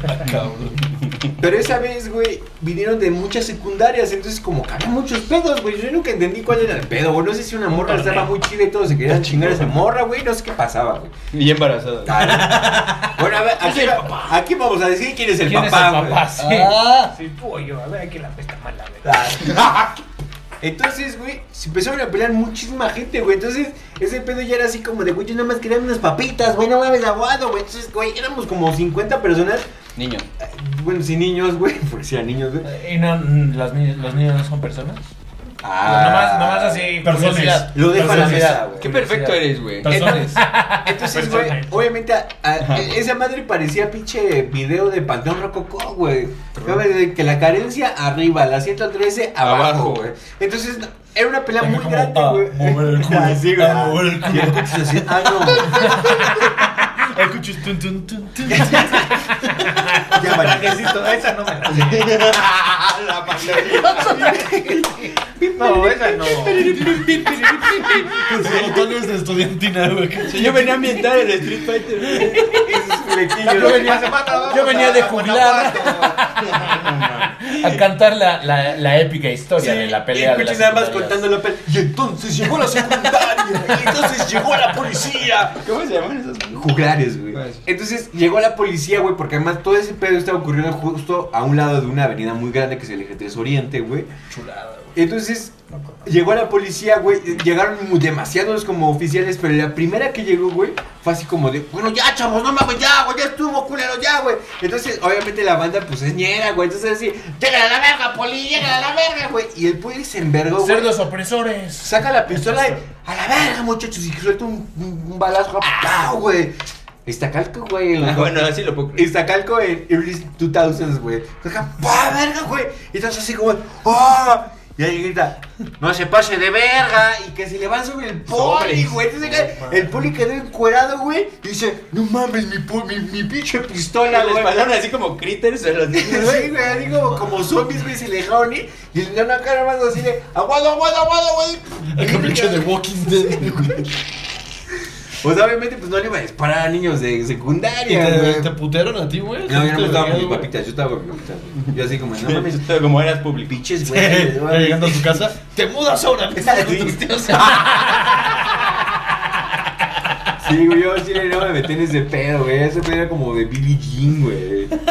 Speaker 3: Pero esa vez, güey, vinieron de muchas secundarias, entonces como que había muchos pedos, güey. Yo nunca entendí cuál era el pedo, güey. No sé si una morra estaba muy chida y todos se querían chingar a esa morra, güey. No sé qué pasaba, güey.
Speaker 1: Y embarazada.
Speaker 3: Ah, Bueno, a ver, aquí, va- aquí vamos a decir quién es el
Speaker 5: ¿Quién es
Speaker 3: papá,
Speaker 5: el
Speaker 3: güey.
Speaker 5: papá? Sí.
Speaker 6: Sí, tú o yo, a ver, aquí la pesta mala, güey.
Speaker 3: Ah. Entonces, güey, se empezaron a pelear muchísima gente, güey. Entonces, ese pedo ya era así como de, güey, yo nada más quería unas papitas, güey, no mames, aguado, güey. Entonces, güey, éramos como 50 personas,
Speaker 1: Niño.
Speaker 3: eh, bueno, sin niños, güey, porque si eran niños, güey. Ah.
Speaker 5: ¿Y no, los, niños, los niños no son personas? nomás, nomás así.
Speaker 4: Personas.
Speaker 5: curiosidad.
Speaker 3: Lo dejo a la
Speaker 4: Personas.
Speaker 3: mesa, güey.
Speaker 1: Qué perfecto eres, güey.
Speaker 4: Personas.
Speaker 3: Entonces,
Speaker 6: Personas.
Speaker 3: güey, obviamente, a- a- esa madre parecía pinche video de Panteón Rococó, güey. Acaba de Que la carencia arriba, la 113
Speaker 1: Abajo.
Speaker 3: abajo, güey. Entonces, era una pelea muy
Speaker 4: como
Speaker 3: grande,
Speaker 4: a
Speaker 3: güey.
Speaker 4: mover el culo, Ah.
Speaker 3: Así, güey.
Speaker 4: a mover el culo.
Speaker 3: Y el coche se hacía, ah, no.
Speaker 4: Escuchas tun, tun, tun, tun.
Speaker 3: Ya, vale.
Speaker 6: esa no me la sé. No, esa no.
Speaker 4: Con sus botones de estudiantina, güey.
Speaker 1: Si yo venía a ambientar el Street Fighter.
Speaker 3: Esos flequillos.
Speaker 5: Yo venía, yo venía de juglar.
Speaker 3: a cantar la, la, la épica historia de la pelea. de las
Speaker 5: escuchen nada más
Speaker 3: secundarias.
Speaker 5: contando la pelea. Y entonces llegó la secundaria. y entonces llegó la policía.
Speaker 1: ¿Cómo se llaman esos?
Speaker 5: Juglares, güey. Entonces llegó la policía, güey, porque además todo ese pedo estaba ocurriendo justo a un lado de una avenida muy grande que es el Eje 3 Oriente, güey.
Speaker 4: Chulada, güey.
Speaker 5: Entonces llegó la policía, güey. Llegaron muy- demasiados como oficiales, pero la primera que llegó, güey, fue así como de, bueno, ya, chavos, no mames, ya, güey, ya estuvo, culero, ya, güey. Entonces, obviamente la banda, pues es ñera, güey. Entonces, así, llega a la verga, poli, llega a la verga, güey. Y el poli se envergó, güey.
Speaker 3: Ser los opresores.
Speaker 5: Saca la pistola y a la verga, muchachos, y suelta un, un- un balazo. ¡Pau, güey! Iztacalco, güey. en los-
Speaker 1: Ah, bueno, así lo puedo creer.
Speaker 5: Iztacalco en Early 2000s, güey. Saca, ¡pa, verga, güey! Y entonces así como, ¡ah! Y ahí grita, ¡no se pase de verga! Y que se le van sobre el poli, güey. Entonces cae- el poli quedó encuerado, güey. Y dice, ¡no mames, mi, pu- mi, mi pinche pistola,
Speaker 1: Les
Speaker 5: güey!
Speaker 1: pasaron así como critters a los niños,
Speaker 5: Sí,
Speaker 1: güey.
Speaker 5: güey, así como, como zombies, güey, se le dejaron ir. Y el nano acá nomás así de, aguado, aguado, aguado, güey.
Speaker 4: El pinche de Walking Dead, güey.
Speaker 5: Pues obviamente, pues no le iba a disparar a niños de
Speaker 4: ¿Y
Speaker 5: secundaria,
Speaker 4: te,
Speaker 5: güey.
Speaker 4: te putearon a ti, güey?
Speaker 5: No, yo no me
Speaker 4: ¿Te
Speaker 5: estaba con mis
Speaker 4: güey?
Speaker 5: papitas, yo estaba con mis papitas, güey. Yo así como, no
Speaker 1: No me
Speaker 5: mames,
Speaker 1: asustó como eras público.
Speaker 5: pinches, güey.
Speaker 4: Ya llegando a su casa, te mudas ahora. mismo con tus tíos.
Speaker 5: Sí, güey, yo sí no me metí en ese pedo, güey. Ese pedo era como de Billie Jean, güey.
Speaker 4: Pues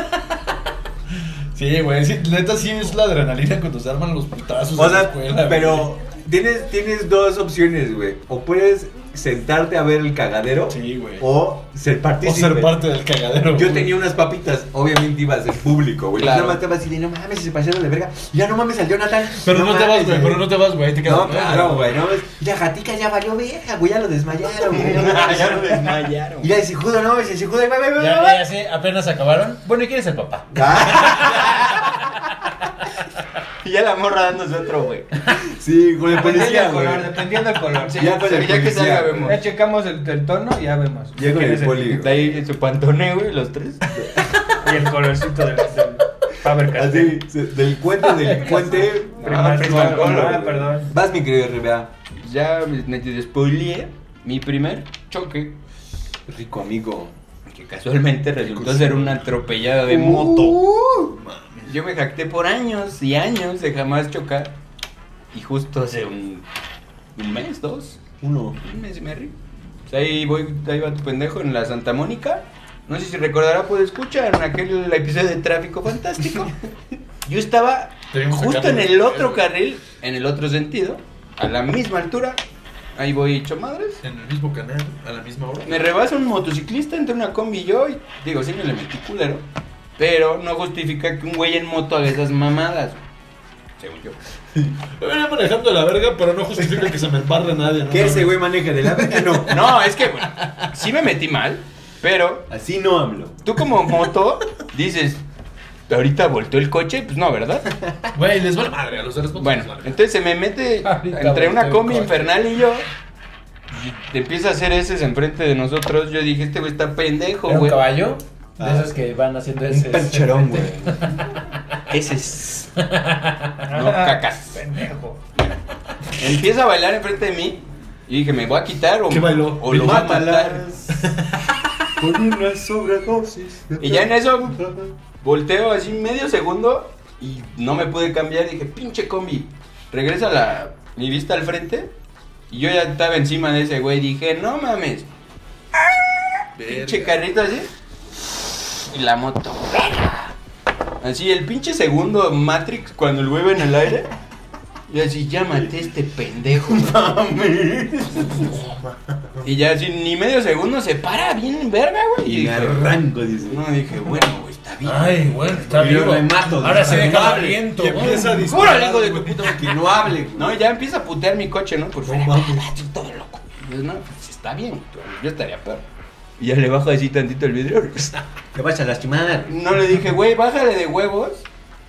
Speaker 4: Sí, güey. Sí, neta, sí es la adrenalina cuando se arman los putazos
Speaker 5: O
Speaker 4: en la
Speaker 5: sea,
Speaker 4: escuela.
Speaker 5: pero tienes, tienes dos opciones, güey. O puedes sentarte a ver el cagadero
Speaker 4: güey. Sí, güey. O,
Speaker 5: o ser partícipe.
Speaker 4: ser parte del cagadero.
Speaker 5: Yo
Speaker 4: güey.
Speaker 5: tenía unas papitas, obviamente iba a ser público, güey.
Speaker 4: Claro.
Speaker 5: Yo nada más estaba así de, no mames, se pasaron de verga. Ya no mames al Jonathan.
Speaker 4: Pero no, te vas,
Speaker 5: mames,
Speaker 4: güey. Pero no te vas, güey. ahí Te quedas.
Speaker 5: No, claro, güey. No, mames. la gatica ya valió verga, güey. Ya lo desmayaron, güey. No mames.
Speaker 1: Ya lo desmayaron.
Speaker 5: Y la de Cijudo, no, ese Cijudo, güey, güey, güey,
Speaker 3: Ya,
Speaker 5: güey.
Speaker 3: ya sé, apenas acabaron. Bueno, ¿y quién es el papá?
Speaker 5: Ah,
Speaker 1: Y ya la morra dándose otro, güey.
Speaker 5: Sí, con el
Speaker 6: Dependiendo
Speaker 5: policía,
Speaker 6: del
Speaker 5: güey.
Speaker 6: color, dependiendo del color.
Speaker 5: Ya con el
Speaker 1: Ya que salga,
Speaker 5: policía.
Speaker 1: vemos.
Speaker 5: güey.
Speaker 6: Ya checamos el, el tono y ya vemos.
Speaker 5: Ya con
Speaker 6: quién es
Speaker 5: el poli,
Speaker 1: De
Speaker 5: güey.
Speaker 1: ahí en su pantone, güey, los tres.
Speaker 6: Y el colorcito del, del Faber
Speaker 5: Así,
Speaker 6: Castell.
Speaker 5: se- delincuente, delincuente.
Speaker 6: Primal
Speaker 1: primal
Speaker 6: color,
Speaker 1: color,
Speaker 6: ah,
Speaker 1: güey.
Speaker 6: perdón.
Speaker 5: Vas, mi querido RBA.
Speaker 1: Ya me me despoileé mi primer choque.
Speaker 5: Rico amigo.
Speaker 1: Que casualmente resultó ser una atropellada de moto. Yo me jacté por años y años de jamás chocar. Y justo hace un, un mes, dos,
Speaker 5: Uno.
Speaker 1: un mes y medio. Pues ahí, voy, ahí va tu pendejo en la Santa Mónica. No sé si recordará, puede escuchar en aquel episodio de Tráfico Fantástico. Yo estaba
Speaker 4: Te vimos
Speaker 1: justo en
Speaker 4: sacando
Speaker 1: el
Speaker 4: los
Speaker 1: otro
Speaker 4: pies, güey.
Speaker 1: carril, en el otro sentido, a la misma altura. Ahí voy hecho madres.
Speaker 4: En el mismo canal, a la misma hora.
Speaker 1: Me rebasa un motociclista entre una combi y yo y digo, sí me le metí culero. Pero no justifica que un güey en moto haga esas mamadas. Según yo.
Speaker 4: Me venía manejando de la verga, pero no justifica que se me embarre nadie, ¿no?
Speaker 5: ¿Qué ese güey maneja de la verga? No.
Speaker 1: No, es que bueno, sí me metí mal, pero
Speaker 5: Así no hablo.
Speaker 1: tú como moto dices, ahorita volteó el coche, pues no, ¿verdad?
Speaker 4: Güey, les vale madre a los seres
Speaker 1: Bueno, entonces se me mete entre una combi infernal y yo. y Empieza a hacer ese enfrente de nosotros. Yo dije, este güey está pendejo,
Speaker 3: ¿Era un
Speaker 1: güey.
Speaker 3: caballo? De esos que van haciendo ese.
Speaker 5: Pancherón, güey.
Speaker 3: este,
Speaker 1: Ese es. No, cacas.
Speaker 6: Pendejo.
Speaker 1: Empieza a bailar enfrente de mí. Y dije, ¿me voy a quitar o,
Speaker 4: ¿Qué bailó?
Speaker 1: o lo voy a matar?
Speaker 5: Con una sobredosis.
Speaker 1: Y ya en eso volteo así medio segundo y no me pude cambiar. Dije, pinche combi. Regresa la, mi vista al frente. Y yo ya estaba encima de ese güey. Dije, no mames. Ah, Pinche carrito así. Y la moto. ¡verga! Así, el pinche segundo Matrix cuando el güey va en el aire. Y así, ya maté a este pendejo. Y ya así, ni medio segundo se para bien verga, güey. Y
Speaker 5: Y me
Speaker 1: dije,
Speaker 5: arranco, dice.
Speaker 1: no, dije, bueno, güey, está bien.
Speaker 3: Ay, güey, está
Speaker 5: Yo
Speaker 3: vivo.
Speaker 5: me mato,
Speaker 3: Ahora se deja
Speaker 4: madre.
Speaker 3: aliento.
Speaker 4: Y empieza a
Speaker 3: güey.
Speaker 4: disparar.
Speaker 1: ¡Órale, hijo de tu
Speaker 4: güey.
Speaker 1: puta!
Speaker 5: Que no hable, güey.
Speaker 1: No, ya empieza a putear mi coche, ¿no? Por fuera,
Speaker 4: No mames.
Speaker 1: estoy todo loco. Y yo, no, pues está bien, güey, yo estaría peor. Y ya le bajo así tantito el vidrio.
Speaker 5: Te vas a lastimar.
Speaker 1: No le dije, güey, bájale de huevos,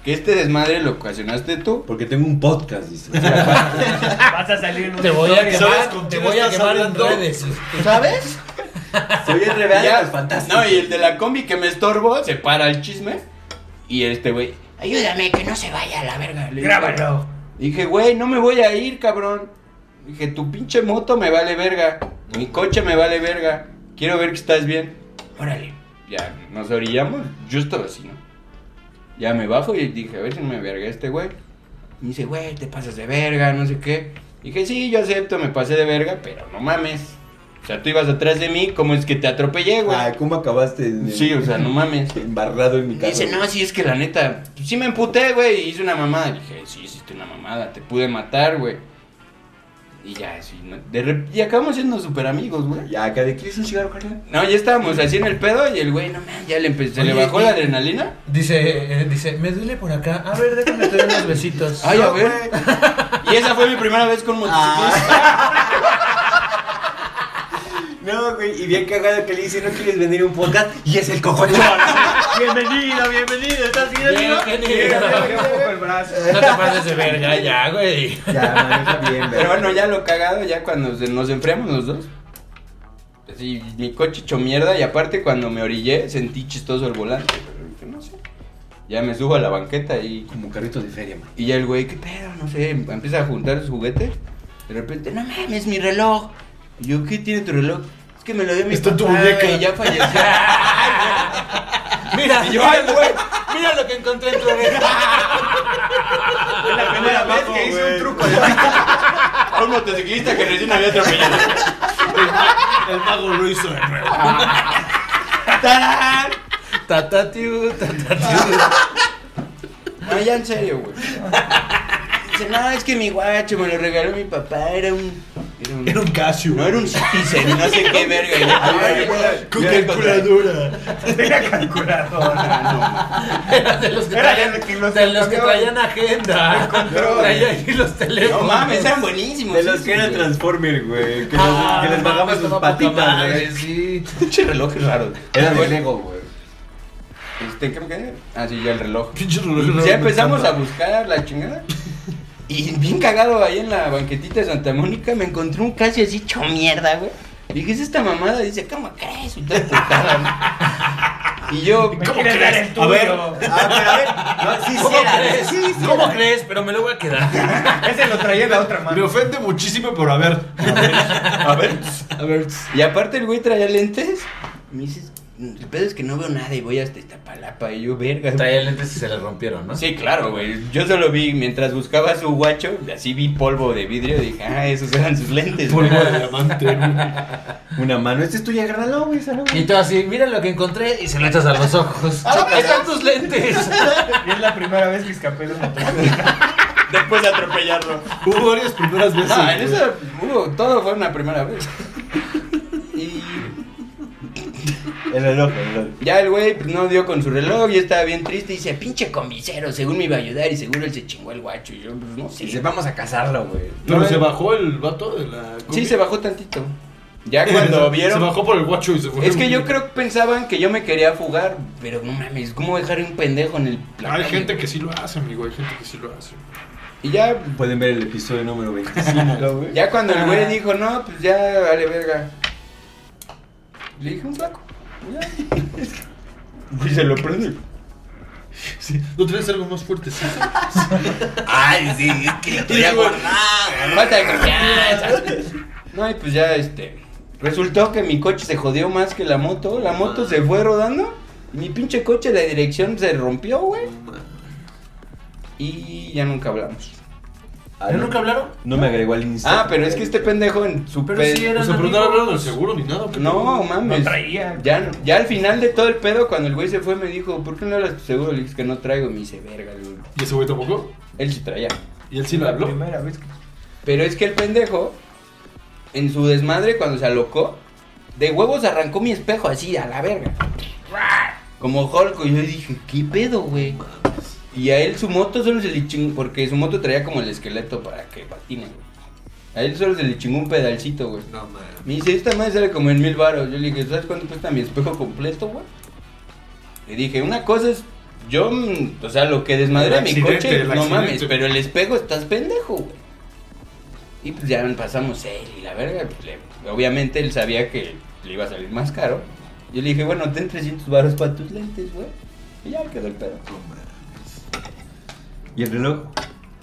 Speaker 1: que este desmadre lo ocasionaste tú.
Speaker 5: Porque tengo un podcast, dice.
Speaker 6: Vas a salir en un
Speaker 3: Te voy a
Speaker 6: story.
Speaker 4: ¿Sabes
Speaker 3: quemar,
Speaker 4: con
Speaker 3: te
Speaker 4: quién
Speaker 3: voy a
Speaker 4: estás
Speaker 3: quemar en
Speaker 4: hablando?
Speaker 3: redes.
Speaker 1: ¿Sabes?
Speaker 5: Soy el
Speaker 1: Ya,
Speaker 5: rebelde de los fantásticos.
Speaker 1: No, y el de la combi que me estorbó se para el chisme. Y este güey, ayúdame, que no se vaya a la verga. Le dije,
Speaker 6: Grábalo.
Speaker 1: Dije, güey, no me voy a ir, cabrón. Dije, tu pinche moto me vale verga. Mi coche me vale verga. Quiero ver que estás bien. Órale. Ya, nos orillamos. Yo estaba así, ¿no? Ya me bajo y dije, a ver si me verga este güey. Me dice, güey, te pasas de verga, no sé qué. Dije, sí, yo acepto, me pasé de verga, pero no mames. O sea, tú ibas atrás de mí, ¿cómo es que te atropellé, güey?
Speaker 3: Ay, ¿cómo acabaste? en-
Speaker 1: sí, o sea, no mames.
Speaker 3: Embarrado en mi
Speaker 1: Me
Speaker 3: casa.
Speaker 1: Dice, no, sí, es que la neta, pues, sí me emputé, güey, y hice una mamada. Dije, sí, hiciste una mamada, te pude matar, güey. Y ya, sí, no- de rep- y acabamos siendo súper amigos, güey.
Speaker 3: Ya, acá de quieres un cigarro, carnal?
Speaker 1: No, ya estábamos así en el pedo y el güey, no mames, ya le empezó, se le
Speaker 5: Oye,
Speaker 1: bajó
Speaker 5: y-
Speaker 1: la adrenalina.
Speaker 5: Dice, eh, dice, me duele por acá. A ver, déjame te doy unos besitos.
Speaker 1: Ay, a ver. Y esa fue mi primera vez con motociclista.
Speaker 3: No, güey, y bien cagado que le dice, ¿no quieres venir a un podcast? Y es el cojones. bienvenido, bienvenido, ¿estás bien, amigo?
Speaker 5: No te pases de verga ya, güey.
Speaker 3: Ya, maneja bien,
Speaker 1: Pero
Speaker 3: güey.
Speaker 1: bueno, ya lo cagado, ya cuando se- nos enfriamos los dos. Así, mi coche hecho mierda y aparte cuando me orillé sentí chistoso el volante. Pero dije, no sé. Ya me subo a la banqueta y
Speaker 3: Como carrito de feria, man.
Speaker 1: Y ya el güey, ¿qué pedo? No sé, empieza a juntar sus juguetes. De repente, no mames, mi reloj. Y yo, ¿qué tiene tu reloj? Es que me lo dio mi
Speaker 4: Está en tu
Speaker 1: papá
Speaker 4: muñeca.
Speaker 1: y ya falleció.
Speaker 5: Mira,
Speaker 1: y yo, ay, güey.
Speaker 5: mira lo que encontré en tu regalo.
Speaker 3: Es la primera vez que hice un truco de
Speaker 1: A un motociclista que recién había atropellado.
Speaker 4: El mago lo hizo de nuevo.
Speaker 1: ¡Tarán!
Speaker 5: Tatatiu, tatatiu.
Speaker 1: No, Ah, ya en serio, güey. Dice, no, es que mi guacho me lo regaló mi papá. Era un. Era un.
Speaker 4: un casio.
Speaker 1: no era un citizen, no sé qué verga. Y yo, ay, güey,
Speaker 4: Con
Speaker 1: ya encontré.
Speaker 4: calculadora.
Speaker 5: Era de los que
Speaker 6: Era
Speaker 5: traían,
Speaker 6: de los que los
Speaker 5: de los que
Speaker 6: escondió.
Speaker 5: traían agenda. Traía ahí los teléfonos.
Speaker 1: No mames, eran buenísimos.
Speaker 3: De los
Speaker 1: sí,
Speaker 3: que eran
Speaker 1: güey.
Speaker 3: Transformer, güey. Que, los-
Speaker 5: Ah,
Speaker 3: que les bajamos sus
Speaker 5: estaba poca
Speaker 3: patitas,
Speaker 5: madre,
Speaker 3: güey.
Speaker 5: sí.
Speaker 1: Pinche reloj raro.
Speaker 3: Era de Lego, güey.
Speaker 1: Este, ¿qué me quedé? Ah, sí, ya el reloj.
Speaker 4: Pinche reloj
Speaker 1: Y
Speaker 4: raro,
Speaker 1: ya
Speaker 4: me
Speaker 1: empezamos a
Speaker 4: encanta.
Speaker 1: buscar la chingada. Y bien cagado ahí en la banquetita de Santa Mónica me encontré un casi así hecho mierda, güey. Dije, ¿es esta mamada? Dice, ¿cómo crees? Y, tal, putada, ¿no? Y yo,
Speaker 6: ¿Me quieres dar el tuyo?
Speaker 3: A ver, a ver, a ver. No, sí, sí,
Speaker 5: ¿Cómo
Speaker 3: era,
Speaker 5: crees?
Speaker 3: sí, sí,
Speaker 5: ¿Cómo
Speaker 3: era.
Speaker 5: crees? Pero me lo voy a quedar.
Speaker 6: Ese lo traía la otra
Speaker 4: Me
Speaker 6: mano.
Speaker 4: ofende muchísimo, pero a ver.
Speaker 1: a ver.
Speaker 4: A ver.
Speaker 1: Y aparte el güey traía lentes. Me dice, el pedo es que no veo nada y voy hasta Iztapalapa. Y yo, verga.
Speaker 5: Traía lentes y se le rompieron, ¿no?
Speaker 1: Sí, claro, güey. Yo solo vi, mientras buscaba a su guacho, así vi polvo de vidrio. Dije, ah, esos eran sus lentes. güey".
Speaker 4: Polvo de diamante. güey.
Speaker 3: Una mano. Este es tuya, granalo, güey. esa no, güey.
Speaker 5: Y tú así, mira lo que encontré y se lo echas a los ojos. Están tus lentes.
Speaker 6: Y es la primera vez que escapé de un motor.
Speaker 1: Después de atropellarlo.
Speaker 4: Hubo varias primeras veces.
Speaker 1: No, Ah, en
Speaker 4: güey.
Speaker 1: esa, hubo- todo fue una primera vez. Y
Speaker 3: El reloj, el reloj.
Speaker 1: ya el güey pues, no dio con su reloj y estaba bien triste. Y dice, pinche comisero, según me iba a ayudar y seguro él se chingó el guacho. Y yo, pues no sé.
Speaker 3: Dice, vamos a casarlo, güey.
Speaker 4: Pero
Speaker 1: No,
Speaker 4: se
Speaker 1: eh.
Speaker 4: bajó el vato de la.
Speaker 1: Sí,
Speaker 4: combi.
Speaker 1: se bajó tantito. Ya cuando vieron...
Speaker 4: Se bajó por el guacho y se fue.
Speaker 1: Es que yo creo que pensaban que yo me quería fugar, pero no mames, ¿cómo dejar un pendejo en el plan?
Speaker 4: Hay gente que sí lo hace, amigo. Hay gente que sí lo hace.
Speaker 1: Y ya,
Speaker 3: Pueden ver el episodio número 25, güey.
Speaker 1: ya cuando el güey dijo, no, pues ya, vale verga. Le dije un flaco. Ya. Y se lo prende.
Speaker 4: Sí. ¿No tienes algo más fuerte? Sí.
Speaker 3: Ay, sí, es que yo te voy a
Speaker 1: Falta de confianza. No, y pues ya este. Resultó que mi coche se jodió más que la moto. La moto se fue rodando. y mi pinche coche, la dirección se rompió, güey. Y ya nunca hablamos.
Speaker 5: ¿Ya nunca hablaron?
Speaker 3: No me agregó al Instagram.
Speaker 1: Ah, pero es que este pendejo en su
Speaker 5: Pero
Speaker 1: pe-
Speaker 5: sí
Speaker 4: O
Speaker 5: eran
Speaker 4: sea, pero no
Speaker 5: amigos.
Speaker 4: hablaron del seguro ni nada. ¿o qué?
Speaker 1: No,
Speaker 6: No
Speaker 1: mames.
Speaker 6: traía.
Speaker 1: Ya, no- ya al final de todo el pedo, cuando el güey se fue, me dijo, ¿por qué no hablas tu seguro? Le dije, "Es que no traigo. Me dice, verga, güey.
Speaker 4: ¿Y ese güey tampoco?
Speaker 1: Él sí traía.
Speaker 4: ¿Y él sí
Speaker 6: Sí,
Speaker 4: lo
Speaker 6: la
Speaker 4: habló?
Speaker 6: primera vez que.
Speaker 1: Pero es que el pendejo, en su desmadre, cuando se alocó, de huevos arrancó mi espejo así, a la verga. Como Hulk, y yo dije, ¿qué pedo, güey? Y a él su moto solo se le chingó, porque su moto traía como el esqueleto para que patine, güey. A él solo se le chingó un pedalcito, güey.
Speaker 4: No, man.
Speaker 1: Me dice, esta madre sale como en mil baros. Yo le dije, ¿sabes cuánto cuesta mi espejo completo, güey? Le dije, una cosa es, yo, mm, o sea, lo que desmadre
Speaker 4: El
Speaker 1: mi
Speaker 4: accidente,
Speaker 1: coche,
Speaker 4: el
Speaker 1: no
Speaker 4: accidente.
Speaker 1: mames, pero el espejo estás pendejo, güey. Y pues ya pasamos él y la verga. pues, le- obviamente él sabía que le iba a salir más caro. Yo le dije, bueno, ten 300 baros para tus lentes, güey. Y ya quedó el pedo.
Speaker 3: ¿Y el reloj?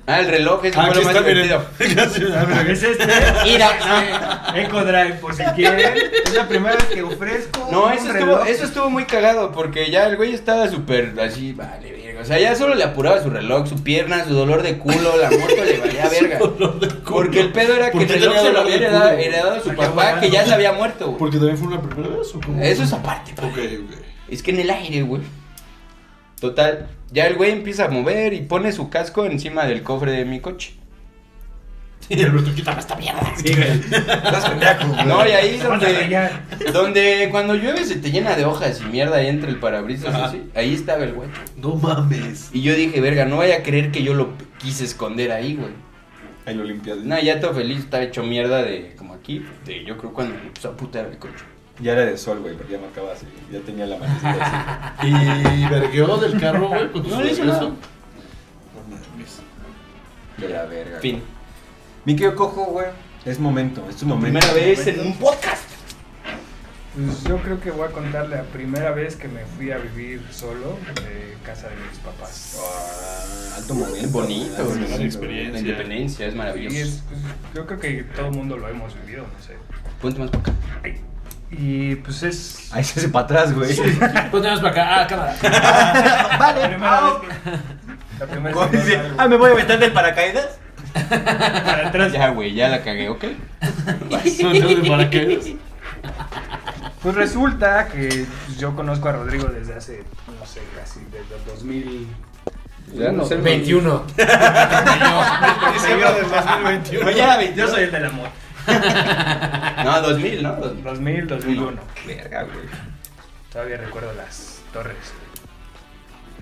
Speaker 1: Ah, el reloj, eso
Speaker 4: Ah,
Speaker 1: fue
Speaker 4: aquí
Speaker 1: lo más
Speaker 4: está,
Speaker 1: divertido.
Speaker 4: miren.
Speaker 6: Es este.
Speaker 1: Mira,
Speaker 6: Eco Drive, por si quieren. Es la primera vez que ofrezco.
Speaker 1: No,
Speaker 6: un
Speaker 1: eso estuvo,
Speaker 6: reloj.
Speaker 1: eso estuvo muy cagado porque ya el güey estaba súper así, vale, verga, O sea, ya solo le apuraba su reloj, su pierna, su dolor de culo, la moto le valía verga. Porque el pedo era que
Speaker 4: ¿Por
Speaker 1: el
Speaker 4: qué
Speaker 1: reloj
Speaker 4: tenía
Speaker 1: se lo
Speaker 4: dolor
Speaker 1: había
Speaker 4: de
Speaker 1: heredado,
Speaker 4: culo?
Speaker 1: heredado a su
Speaker 4: Porque
Speaker 1: papá,
Speaker 4: bueno,
Speaker 1: que ya
Speaker 4: no.
Speaker 1: se había muerto, güey.
Speaker 4: Porque también fue una primera vez o cómo?
Speaker 1: Eso es aparte, pa.
Speaker 4: Ok, ok.
Speaker 1: Es que en el aire, güey. Total, ya el güey empieza a mover y pone su casco encima del cofre de mi coche.
Speaker 4: Y Alberto, quítame esta mierda.
Speaker 1: No, y ahí
Speaker 6: Van a
Speaker 1: donde,
Speaker 6: rayar.
Speaker 1: donde cuando llueve se te llena de hojas y mierda ahí entre el parabrisas así. Ahí estaba el güey.
Speaker 4: No mames.
Speaker 1: Y yo dije, verga, no vaya a creer que yo lo quise esconder ahí, güey.
Speaker 4: Ahí lo limpias.
Speaker 1: No, ya todo feliz, estaba hecho mierda de, como aquí, de yo creo cuando me empezó a putear el coche.
Speaker 3: Ya era de sol, güey, porque ya marcaba así. Ya tenía la manecilla así.
Speaker 4: Y vergueó del carro, güey. con tu
Speaker 1: No le hizo
Speaker 4: regreso.
Speaker 1: nada.
Speaker 4: No mames.
Speaker 3: De la verga.
Speaker 1: Fin.
Speaker 3: Mi querido Cojo, güey. Es momento, es tu momento.
Speaker 1: Primera vez en un podcast.
Speaker 6: Pues yo creo que voy a contar la primera vez que me fui a vivir solo de casa de mis papás.
Speaker 3: Ah, alto momento.
Speaker 1: Bonito,
Speaker 3: güey.
Speaker 1: güey.
Speaker 3: Alto
Speaker 4: experiencia.
Speaker 1: La independencia es
Speaker 6: Y es,
Speaker 1: maravilloso.
Speaker 6: pues, yo creo que todo el mundo lo hemos vivido, no sé.
Speaker 1: Ponte más para acá.
Speaker 6: Ay. Y pues es
Speaker 3: Ahí se hace para atrás, güey.
Speaker 5: Pontenos para acá. Ah, cámara.
Speaker 6: la primera vez que... La primera vez que
Speaker 3: Ah,
Speaker 6: salgo
Speaker 3: ¿me voy a aventar del paracaídas?
Speaker 6: para atrás.
Speaker 1: Ya, güey, ya la cagué, ¿ok?
Speaker 4: ¿Saltando de paracaídas?
Speaker 6: Pues resulta que pues, yo conozco a Rodrigo desde hace, no sé, casi desde el 2000.
Speaker 1: Ya no sé.
Speaker 5: 21.
Speaker 6: Diciembre del 2021.
Speaker 1: No, ya, 22.
Speaker 6: Yo soy el del amor.
Speaker 1: No, 2000, ¿no? 2000.
Speaker 6: 2000, 2001.
Speaker 3: Verga, güey.
Speaker 6: Todavía recuerdo las torres.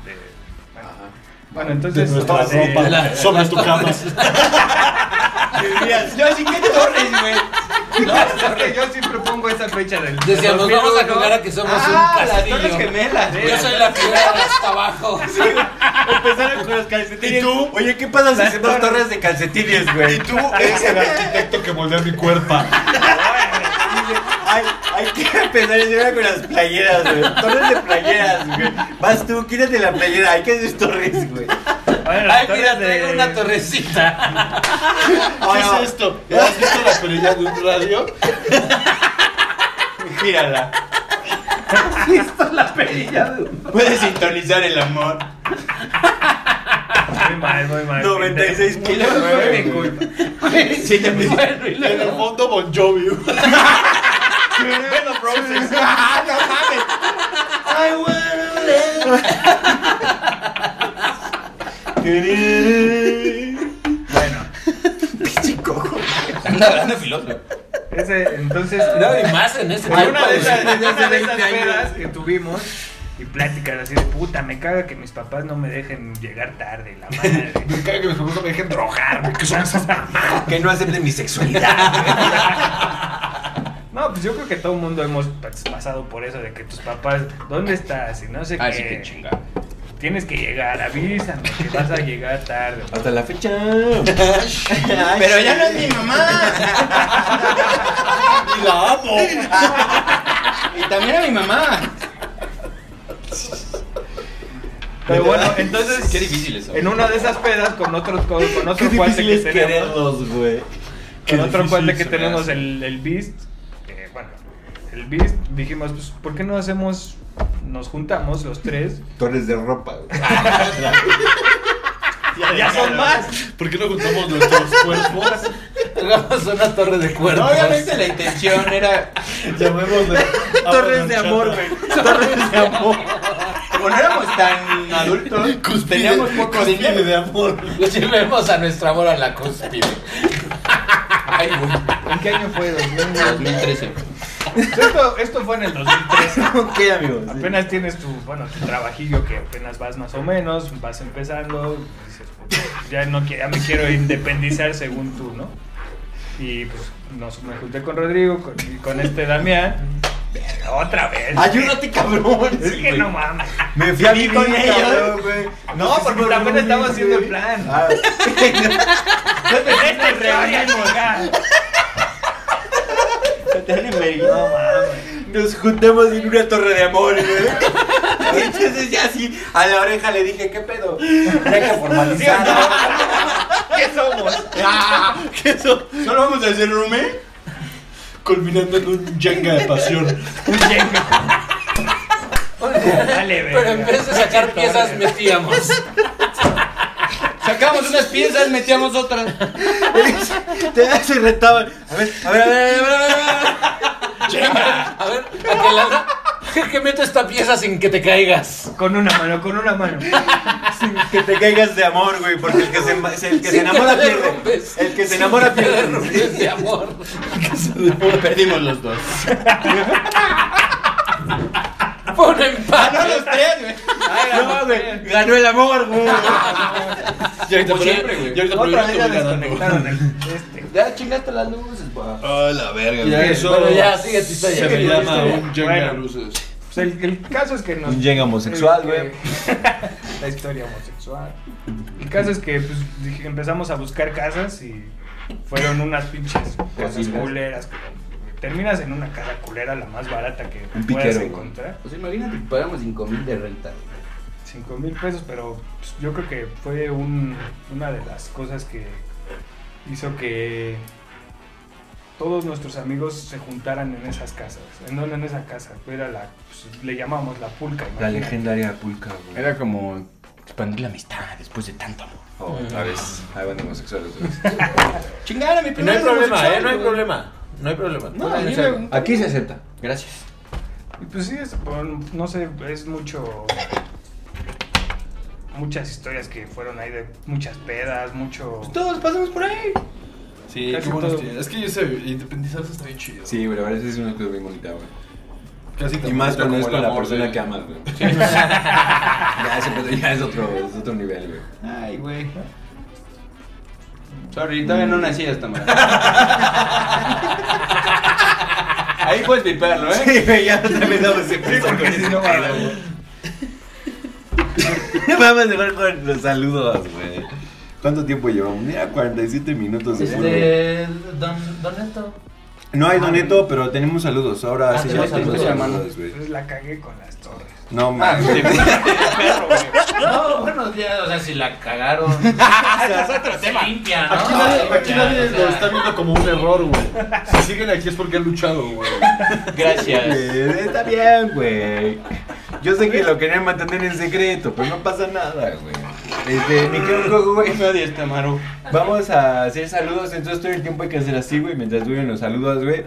Speaker 6: De, bueno,
Speaker 3: Ajá.
Speaker 6: Bueno, entonces.
Speaker 4: nuestra
Speaker 6: de-
Speaker 4: ropa.
Speaker 6: la-
Speaker 4: Sobre tu cama.
Speaker 1: Yo así que torres, güey. No,
Speaker 6: es que yo siempre pongo esa fecha del.
Speaker 5: Decíamos,
Speaker 6: del
Speaker 5: vamos a
Speaker 6: 2001.
Speaker 5: jugar a que somos
Speaker 1: ah, las
Speaker 5: un
Speaker 1: torres
Speaker 5: castillo.
Speaker 1: gemelas.
Speaker 6: Sí.
Speaker 5: Yo soy la primera de hasta abajo.
Speaker 3: Empezaron con los calcetines. ¿Y tú? Oye, ¿qué pasa si hacemos torres de calcetines, güey? ¿Y tú?
Speaker 4: Eres el arquitecto que moldea mi cuerpo.
Speaker 3: Hay, hay que empezar encima con las playeras, güey. Torres de playeras, güey. Vas tú, quítate la playera. Hay que hacer torres, güey.
Speaker 6: Bueno, las
Speaker 5: Ay, mira,
Speaker 6: torres de-
Speaker 5: traigo una torrecita.
Speaker 3: Ah,
Speaker 4: ¿Qué es esto? ¿Has visto la perilla de un radio?
Speaker 1: Gírala. Puedes sintonizar el amor.
Speaker 6: Muy mal, muy mal.
Speaker 3: 96
Speaker 6: Y luego fue mi culpa.
Speaker 1: Sí, te
Speaker 5: Bueno, y
Speaker 4: En el
Speaker 5: luego.
Speaker 4: fondo Bon Jovi. güey.
Speaker 1: ¡Ah, no mames! I wanna live.
Speaker 6: Bueno,
Speaker 1: Anda hablando filósofo.
Speaker 6: ese, entonces.
Speaker 5: No, y más en este
Speaker 6: En
Speaker 5: tiempo.
Speaker 6: una de esas, en
Speaker 5: güey.
Speaker 6: una de esas pedas que tuvimos y pláticas así de puta, me caga que mis papás no me dejen llegar tarde, la madre.
Speaker 4: Me caga que mis papás no me dejen drogar. güey. ¿Qué son esas mamadas?
Speaker 3: Que no acepten mi sexualidad.
Speaker 6: No, pues yo creo que todo el mundo hemos pas- pasado por eso de que tus papás, ¿dónde estás? Y no sé
Speaker 4: Ah,
Speaker 1: Así
Speaker 6: qué.
Speaker 1: que chinga.
Speaker 6: Tienes que llegar, avísame que vas a llegar tarde.
Speaker 3: Hasta la fecha.
Speaker 1: Pero ya no es mi mamá.
Speaker 4: Y la amo.
Speaker 1: Y también a mi mamá.
Speaker 6: Pero bueno, entonces
Speaker 1: Qué difícil eso.
Speaker 6: en una de esas pedas con otros con, con
Speaker 3: Qué
Speaker 6: otro cuate
Speaker 3: difícil
Speaker 6: que
Speaker 3: es
Speaker 6: tenemos,
Speaker 3: quererlos, güey.
Speaker 6: con otro
Speaker 4: difícil
Speaker 6: cuate que
Speaker 4: se me
Speaker 6: tenemos
Speaker 4: hace.
Speaker 6: el, el Beast, eh, bueno, el Beast dijimos, pues, ¿por qué no hacemos nos juntamos los tres?
Speaker 3: Torres de ropa, güey.
Speaker 6: Ya son más.
Speaker 4: ¿Por qué no juntamos nuestros cuerpos?
Speaker 5: Hagamos una torre de cuerpos.
Speaker 1: No, obviamente la intención era.
Speaker 4: Llamémosle.
Speaker 3: Torres de amor, güey. Torres de amor.
Speaker 1: Como no éramos tan adultos, teníamos poco dinero.
Speaker 4: de amor.
Speaker 5: Lo llevemos a nuestro amor a la cúspide. Ay, güey.
Speaker 6: ¿En qué año fue? 2000?
Speaker 1: 2013.
Speaker 6: esto, esto fue en el 2013.
Speaker 3: Ok, amigos.
Speaker 6: Apenas tienes tu, bueno, tu trabajillo que apenas vas más o menos, vas empezando, dices, "Puta, ya no qui- ya me quiero independizar según tú, ¿no? Y pues nos, me junté con Rodrigo con, y con este Damián. Verga, Otra vez.
Speaker 3: Ayúdate, cabrón.
Speaker 6: es que no mames.
Speaker 3: Me fui a
Speaker 1: Sí,
Speaker 3: vivir con
Speaker 1: cabrón,
Speaker 3: ellos, güey. pues
Speaker 6: No, porque
Speaker 3: también
Speaker 6: también estamos haciendo el plan.
Speaker 3: Ah,
Speaker 6: Este
Speaker 1: Nos reunimos.
Speaker 6: ya.
Speaker 3: No mames. Nos juntamos en una torre de amor, güey. Entonces ya así, a la oreja le dije, ¿qué pedo? Ya que formalizar.
Speaker 6: ¿Qué somos?
Speaker 1: ¿Solo vamos a hacer rumen?
Speaker 4: Culminando en un yenga de pasión.
Speaker 6: Un yenga. Dale,
Speaker 5: Pero en vez de sacar piezas, metíamos.
Speaker 1: Sacamos unas piezas, metíamos otras.
Speaker 3: Te se retaban. A ver, a ver, a ver, a ver, a ver, a ver.
Speaker 5: A ver, a que, la- que meto esta pieza sin que te caigas.
Speaker 6: Con una mano, con una mano.
Speaker 3: Que te caigas de amor, güey, porque el que se, emba- el que se
Speaker 5: Sin
Speaker 3: enamora
Speaker 5: que te
Speaker 3: pierde.
Speaker 5: derrumbes.
Speaker 3: El que se
Speaker 5: Sin
Speaker 3: enamora
Speaker 5: que te
Speaker 3: pierde.
Speaker 5: derrumbes de amor.
Speaker 1: Perdimos los dos.
Speaker 5: Pon empate.
Speaker 1: los tres, güey.
Speaker 3: No, güey, ganó el amor, güey.
Speaker 5: Y ahorita por
Speaker 1: siempre, güey.
Speaker 5: y ahorita por
Speaker 1: Otra
Speaker 5: ahí
Speaker 1: vez ya
Speaker 5: te obligaron,
Speaker 6: Desconectaron el- este.
Speaker 1: Ya chingaste las luces, güey.
Speaker 4: Ah, la verga,
Speaker 5: güey.
Speaker 4: güey. Eso
Speaker 5: Bueno, ya, sigue tu historia.
Speaker 4: se me
Speaker 5: Sigue tu
Speaker 4: llama
Speaker 6: historia.
Speaker 4: un llega
Speaker 6: Bueno.
Speaker 4: luces.
Speaker 6: Pues el, el caso es que nos.
Speaker 8: Un llega homosexual, güey.
Speaker 6: La historia homosexual. El caso es que pues, dije- empezamos a buscar casas y fueron unas pinches casas culeras. Terminas en una casa culera, la más barata que
Speaker 8: Un
Speaker 6: puedas
Speaker 8: piquero, güey.
Speaker 6: encontrar.
Speaker 1: Pues imagínate que pagamos 5 mil de renta.
Speaker 6: Cinco mil pesos, pero pues, yo creo que fue un- una de las cosas que hizo que todos nuestros amigos se juntaran en esas casas. En, no, en esa casa, era la, pues, le llamamos la pulca.
Speaker 8: La
Speaker 6: imagínate.
Speaker 8: legendaria pulca, güey.
Speaker 1: Era como expandir la amistad después de tanto amor.
Speaker 8: Oh, otra vez. Ahí van homosexuales. otra vez.
Speaker 1: Chingar a mi
Speaker 5: historia. No hay problema, eh, no hay problema. No hay problema.
Speaker 6: No,
Speaker 5: Todo
Speaker 6: a mí
Speaker 5: bien,
Speaker 6: me-
Speaker 8: Aquí se acepta.
Speaker 1: Gracias.
Speaker 6: Y pues sí, es, bueno, no sé, es mucho. Muchas historias que fueron ahí de muchas pedas, mucho.
Speaker 1: Todos pasamos por ahí.
Speaker 4: Sí,
Speaker 6: Casi
Speaker 4: qué buenos
Speaker 6: todo.
Speaker 4: tiempos. Es que yo sé, independizarse está bien chido.
Speaker 8: Sí, güey, la verdad es que es una cosa bien bonita, güey.
Speaker 4: Casi
Speaker 8: Y más cuando es
Speaker 4: conozco
Speaker 8: con la persona que amas, güey. ya, ese pedo ya es otro, es otro nivel, güey.
Speaker 1: Ay, güey. Sorry, todavía no nací hasta mañana. Ahí puedes piperlo, ¿eh?
Speaker 3: Sí, güey, ya también damos ese peso con ese
Speaker 6: no
Speaker 3: pedo, güey. No Vamos a dejar con los saludos, güey. ¿Cuánto tiempo llevamos? Mira, 47 minutos. de puro.
Speaker 5: Este. Don, don Neto.
Speaker 3: No hay doneto, pero tenemos saludos. Ahora
Speaker 5: Ah,
Speaker 3: sí
Speaker 5: tenemos
Speaker 3: ya tenemos
Speaker 1: saludos.
Speaker 3: saludos, güey.
Speaker 6: Entonces pues la cagué con las torres.
Speaker 3: No mames.
Speaker 6: Perro, güey.
Speaker 5: No, bueno, ya, o sea, si la cagaron. es otro tema. Limpia, ¿no?
Speaker 4: Aquí nadie, aquí
Speaker 5: Ya,
Speaker 4: nadie
Speaker 5: o sea,
Speaker 4: lo está viendo como un error, güey. Si siguen aquí es porque han luchado, güey.
Speaker 1: Gracias.
Speaker 3: Eh, Está bien, güey. Yo sé que lo querían mantener en secreto, pero no pasa nada, güey. Este, mi querido Gogo, güey.
Speaker 1: Nadie está maro.
Speaker 3: Vamos a hacer saludos, entonces todo el tiempo hay que hacer así, güey, mientras duren los saludos, güey.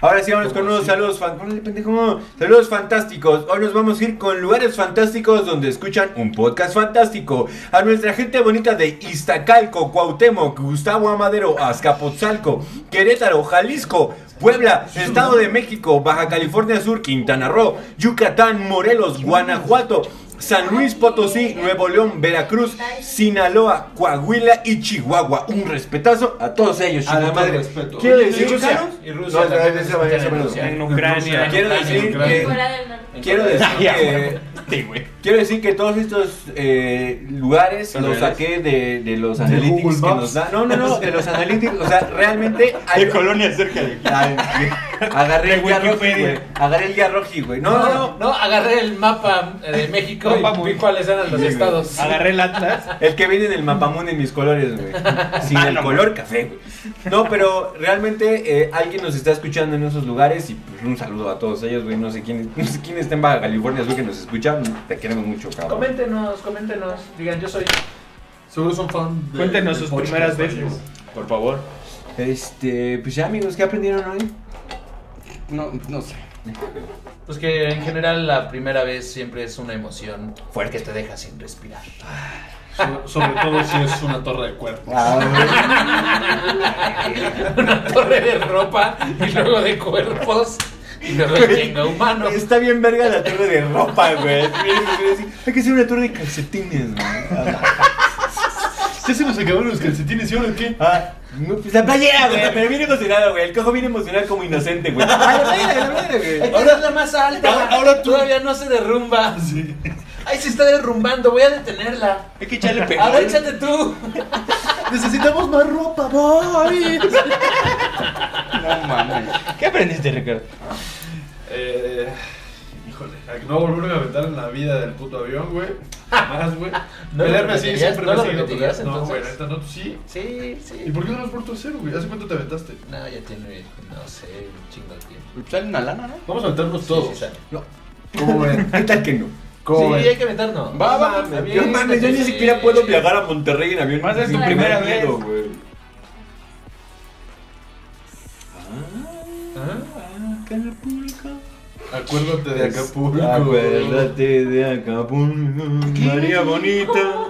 Speaker 3: Ahora sí, vamos con unos saludos fan... órale, pendejo. Saludos fantásticos. Hoy nos vamos a ir con lugares fantásticos donde escuchan un podcast fantástico. A nuestra gente bonita de Iztacalco, Cuauhtémoc, Gustavo Amadero, Azcapotzalco, Querétaro, Jalisco, Puebla, Estado de México, Baja California Sur, Quintana Roo, Yucatán, Morelos, Guanajuato, San Luis Potosí, Nuevo León, Veracruz, Sinaloa, Coahuila y Chihuahua. Un respetazo a todos ellos.
Speaker 4: A la
Speaker 3: chicos.
Speaker 4: madre. Respeto.
Speaker 3: Quiero
Speaker 4: Y
Speaker 3: decir,
Speaker 4: Rusia,
Speaker 3: ¿Mexicanos?
Speaker 4: y Rusia
Speaker 3: No,
Speaker 4: también
Speaker 3: espera,
Speaker 4: se
Speaker 3: esa madre, esa madre.
Speaker 5: Rusia.
Speaker 6: En Ucrania.
Speaker 3: Quiero decir
Speaker 4: Ucrania.
Speaker 3: que
Speaker 10: Fuera del norte.
Speaker 3: quiero decir
Speaker 5: Ah,
Speaker 3: que quiero decir que todos estos eh, lugares
Speaker 1: Son
Speaker 3: los
Speaker 1: reales.
Speaker 3: saqué de, de los
Speaker 4: De
Speaker 3: analytics
Speaker 4: Google
Speaker 3: que
Speaker 4: Maps.
Speaker 3: nos dan. No, no, no, de los analytics, o sea, realmente hay
Speaker 1: colonia cerca de
Speaker 3: Ay, agarré el guía roji,
Speaker 6: Wikipedia.
Speaker 3: güey. Agarré el guía roji, güey. No, no, no.
Speaker 5: agarré el mapa eh, de México
Speaker 6: Mapa
Speaker 5: y vi
Speaker 6: muy-
Speaker 5: cuáles eran los
Speaker 3: Sí, güey.
Speaker 5: estados.
Speaker 6: Agarré el Atlas.
Speaker 3: El que viene en el mapamundo en mis colores, güey. Sin
Speaker 1: Ah,
Speaker 3: el color café, güey. No, pero realmente eh, alguien nos está escuchando en esos lugares y pues, un saludo a todos ellos, güey. No sé quién, no sé quién está en Baja California Sur que nos escucha. Te queremos mucho, cabrón.
Speaker 5: Coméntenos, coméntenos. Digan, yo soy.
Speaker 4: Seguro son fan de.
Speaker 6: Cuéntenos
Speaker 4: de
Speaker 6: sus
Speaker 4: podcast,
Speaker 6: primeras
Speaker 4: güey.
Speaker 6: veces.
Speaker 1: Por favor.
Speaker 3: Este, pues ya, amigos, ¿qué aprendieron hoy?
Speaker 1: No, no sé.
Speaker 5: Pues que en general la primera vez siempre es una emoción fuerte que te deja sin respirar.
Speaker 4: So- sobre todo si es una torre de cuerpo.
Speaker 5: Una torre de ropa y luego de cuerpos y luego de chinga humano.
Speaker 3: Está bien verga la torre de ropa, güey. Hay que hacer una torre de calcetines, güey.
Speaker 4: Ya se nos acabaron los calcetines, ¿y ahora qué?
Speaker 3: Ah, no, pues la playera, güey. Pero bien emocionado, güey. El cojo bien emocionado como inocente, güey. Ah, la playera, la playera, güey.
Speaker 5: Ahora es la más alta. Ahora, todavía no se derrumba. Ay, se está derrumbando, voy a detenerla.
Speaker 1: Hay que echarle
Speaker 5: A ver, échate tú.
Speaker 4: Necesitamos más ropa, boy.
Speaker 1: No mames. ¿Qué aprendiste, Ricardo?
Speaker 4: Eh, híjole, a que no volverme a aventar en la vida del puto avión, güey. Más, güey.
Speaker 5: ¿No lo
Speaker 4: Pelearme así
Speaker 5: repetirías?
Speaker 4: siempre
Speaker 5: ¿No
Speaker 4: me
Speaker 5: lo
Speaker 4: ha seguido
Speaker 5: repetirías,
Speaker 4: pelear. No, güey,
Speaker 5: entonces?
Speaker 4: neta, no, tú sí.
Speaker 5: Sí,
Speaker 4: ¿Y
Speaker 5: sí.
Speaker 4: por qué no los por tercero, güey? ¿Hace cuánto te aventaste?
Speaker 5: No, ya tiene, no sé, un chingo de tiempo.
Speaker 1: Pues, Sale una lana, ¿no?
Speaker 4: Vamos a aventarnos todos.
Speaker 5: Sí, sí, sale. ¿Cómo ven?
Speaker 3: ¿Qué tal que no?
Speaker 5: Sí, hay que meternos.
Speaker 1: Va, va,
Speaker 5: Está bien,
Speaker 3: Yo mames, yo ni
Speaker 5: sí.
Speaker 3: siquiera puedo viajar a Monterrey en avión.
Speaker 6: Va a ser
Speaker 3: sin
Speaker 6: tu
Speaker 3: primer
Speaker 6: primera vez.
Speaker 3: miedo, güey.
Speaker 5: Ah,
Speaker 4: Acuérdate de Acapulco.
Speaker 3: Ah, Acuérdate de Acapulco, María Bonita.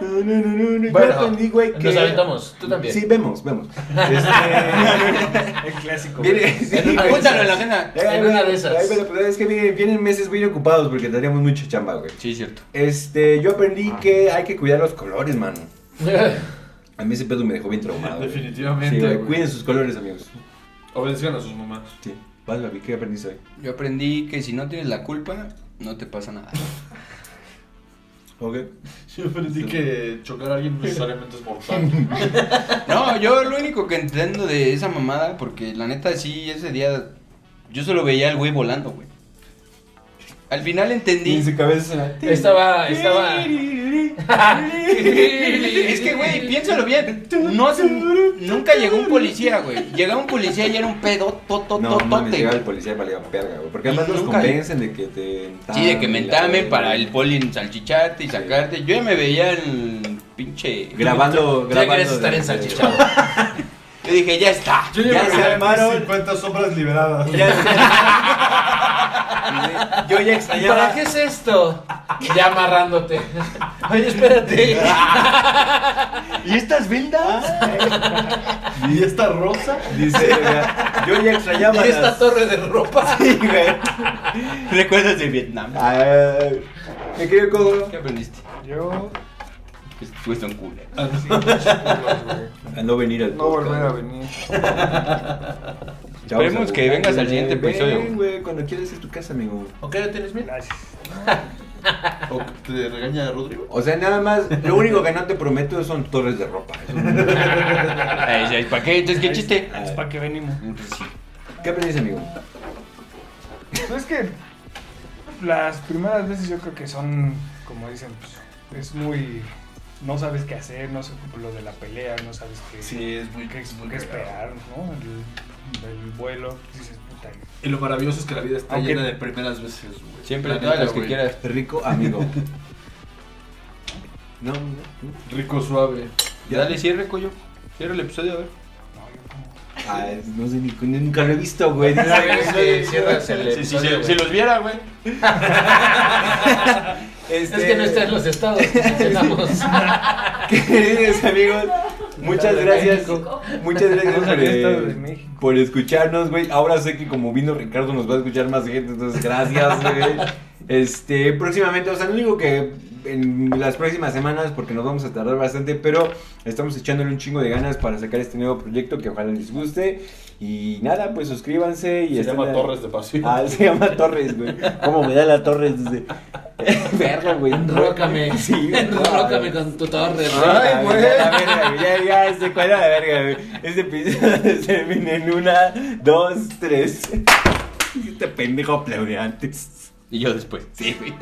Speaker 5: Bueno,
Speaker 3: Bueno, aprendí, güey, que...
Speaker 5: Nos aventamos, tú también.
Speaker 3: Sí, vemos, vemos. Este...
Speaker 6: El clásico.
Speaker 3: viene, sí,
Speaker 5: En una-
Speaker 3: güey.
Speaker 5: apúntalo en la agenda.
Speaker 3: Ahí
Speaker 5: En
Speaker 3: va,
Speaker 5: una
Speaker 3: ahí
Speaker 5: de
Speaker 3: va,
Speaker 5: esas.
Speaker 3: pero es que vienen, vienen meses muy ocupados porque tendríamos mucha chamba, güey.
Speaker 1: Sí, cierto.
Speaker 3: Este, yo aprendí
Speaker 4: Ah.
Speaker 3: que hay que cuidar los colores, mano. A mí ese pedo me dejó bien traumado. güey.
Speaker 4: Definitivamente.
Speaker 3: Sí, güey,
Speaker 4: güey.
Speaker 3: cuiden sus colores, amigos.
Speaker 4: Obedezcan a sus mamás.
Speaker 3: Sí. Vas, papi, ¿qué aprendiste hoy?
Speaker 1: Yo aprendí que si no tienes la culpa, no te pasa nada.
Speaker 3: Ok.
Speaker 4: Yo aprendí que chocar a alguien no necesariamente es mortal.
Speaker 1: No, yo lo único que entiendo de esa mamada, porque la neta sí, ese día yo solo veía al güey volando, güey. Al final entendí.
Speaker 3: cabeza.
Speaker 5: Estaba, estaba.
Speaker 1: Es que, güey, piénsalo bien. No hace- nunca llegó un policía, güey. Llegaba un policía y era un pedo
Speaker 3: No, mames,
Speaker 1: totototote.
Speaker 3: llegaba el
Speaker 1: güey.
Speaker 3: policía y valía verga, güey. Porque
Speaker 1: Y
Speaker 3: además los
Speaker 1: nunca-
Speaker 3: convencen de que te...
Speaker 1: Sí, de que
Speaker 3: entamen,
Speaker 1: mentamen
Speaker 3: la-
Speaker 1: para el poli en salchicharte y sacarte. Yo ya me veía en pinche.
Speaker 3: Grabando,
Speaker 5: Ya
Speaker 3: grabando.
Speaker 5: querías estar
Speaker 3: de-
Speaker 5: ensalchichado.
Speaker 1: Yo dije, ya está.
Speaker 4: Yo
Speaker 3: Ya se armaron.
Speaker 4: 50 sombras liberadas.
Speaker 3: Yo ya
Speaker 5: ¿Y para
Speaker 3: extrañaba...
Speaker 5: qué es esto? Ya amarrándote. Oye, espérate.
Speaker 3: ¿Y estas vendas?
Speaker 4: ¿Y esta rosa?
Speaker 3: Dice, güey, yo ya extrañaba
Speaker 5: ¿Y esta
Speaker 3: las...
Speaker 5: torre de ropa?
Speaker 3: Sí, güey.
Speaker 1: Recuerdas de Vietnam.
Speaker 3: Ay, Me querido codo.
Speaker 1: ¿Qué aprendiste?
Speaker 6: Yo
Speaker 1: Pues tú eres un culo.
Speaker 6: Ah,
Speaker 3: A no venir al
Speaker 6: no volver a
Speaker 3: podcast.
Speaker 6: venir.
Speaker 3: Chavos,
Speaker 1: Esperemos
Speaker 3: a
Speaker 1: que
Speaker 3: buscar,
Speaker 1: vengas al siguiente
Speaker 3: güey.
Speaker 1: episodio.
Speaker 3: Ven, güey, cuando quieras es tu casa, amigo.
Speaker 5: ¿O qué no tienes miedo?
Speaker 6: Gracias.
Speaker 4: ¿O que te regaña Rodrigo?
Speaker 3: O sea, nada más, lo único que no te prometo son torres de ropa.
Speaker 1: Ay, ay, ¿Para qué? Entonces, ¿qué chiste?
Speaker 6: Es para que venimos.
Speaker 3: ¿Qué aprendiste, amigo?
Speaker 6: Pues es que las primeras veces yo creo que son, como dicen, pues, es muy... No sabes qué hacer, no sé, como lo de la pelea, no sabes qué,
Speaker 4: es muy
Speaker 6: qué- qué esperar, ¿no? El, el vuelo, dices, puta,
Speaker 4: Y lo maravilloso es que la vida está
Speaker 6: Aunque-
Speaker 4: llena de primeras veces, güey.
Speaker 1: Siempre
Speaker 4: La
Speaker 1: todas
Speaker 4: neta,
Speaker 1: las que
Speaker 4: güey.
Speaker 1: quieras.
Speaker 3: Rico amigo. No, no, no.
Speaker 4: Rico, suave.
Speaker 1: Ya dale cierre, cuyo. Cierra el episodio, a ver.
Speaker 6: no, yo como...
Speaker 3: Ay, Ah, no sé, ni, nunca lo he visto, güey.
Speaker 5: Una vez que cierras el
Speaker 1: Si, si,
Speaker 5: episodio,
Speaker 1: si- si
Speaker 5: güey.
Speaker 1: los viera, güey.
Speaker 3: Este,
Speaker 5: Es que no está en los estados que mencionamos.
Speaker 3: Queridos amigos, muchas
Speaker 5: de
Speaker 3: gracias.
Speaker 5: México.
Speaker 3: Muchas gracias
Speaker 6: No
Speaker 3: por,
Speaker 6: sabía Estado de
Speaker 3: eh,
Speaker 6: México.
Speaker 3: por escucharnos, güey. Ahora sé que como vino Ricardo nos va a escuchar más gente, entonces gracias, güey. Este, próximamente, o sea, no digo que en las próximas semanas, porque nos vamos a tardar bastante, pero estamos echándole un chingo de ganas para sacar este nuevo proyecto que ojalá les guste. Y nada, pues suscríbanse y
Speaker 4: Se
Speaker 3: estén
Speaker 4: llama
Speaker 3: a-
Speaker 4: Torres de Pasión.
Speaker 3: Ah, se llama Torres, güey. ¿Cómo me da la Torres? Desde... Verga, güey.
Speaker 5: Enrócame.
Speaker 3: Sí, güey.
Speaker 5: Enrócame con tu torre, güey.
Speaker 3: Ay, güey. La verga, güey. Ya, ya, este cuadro de verga, güey. Este episodio termina en una, dos, tres. Este pendejo aplaude antes.
Speaker 1: Y yo después. Sí, güey.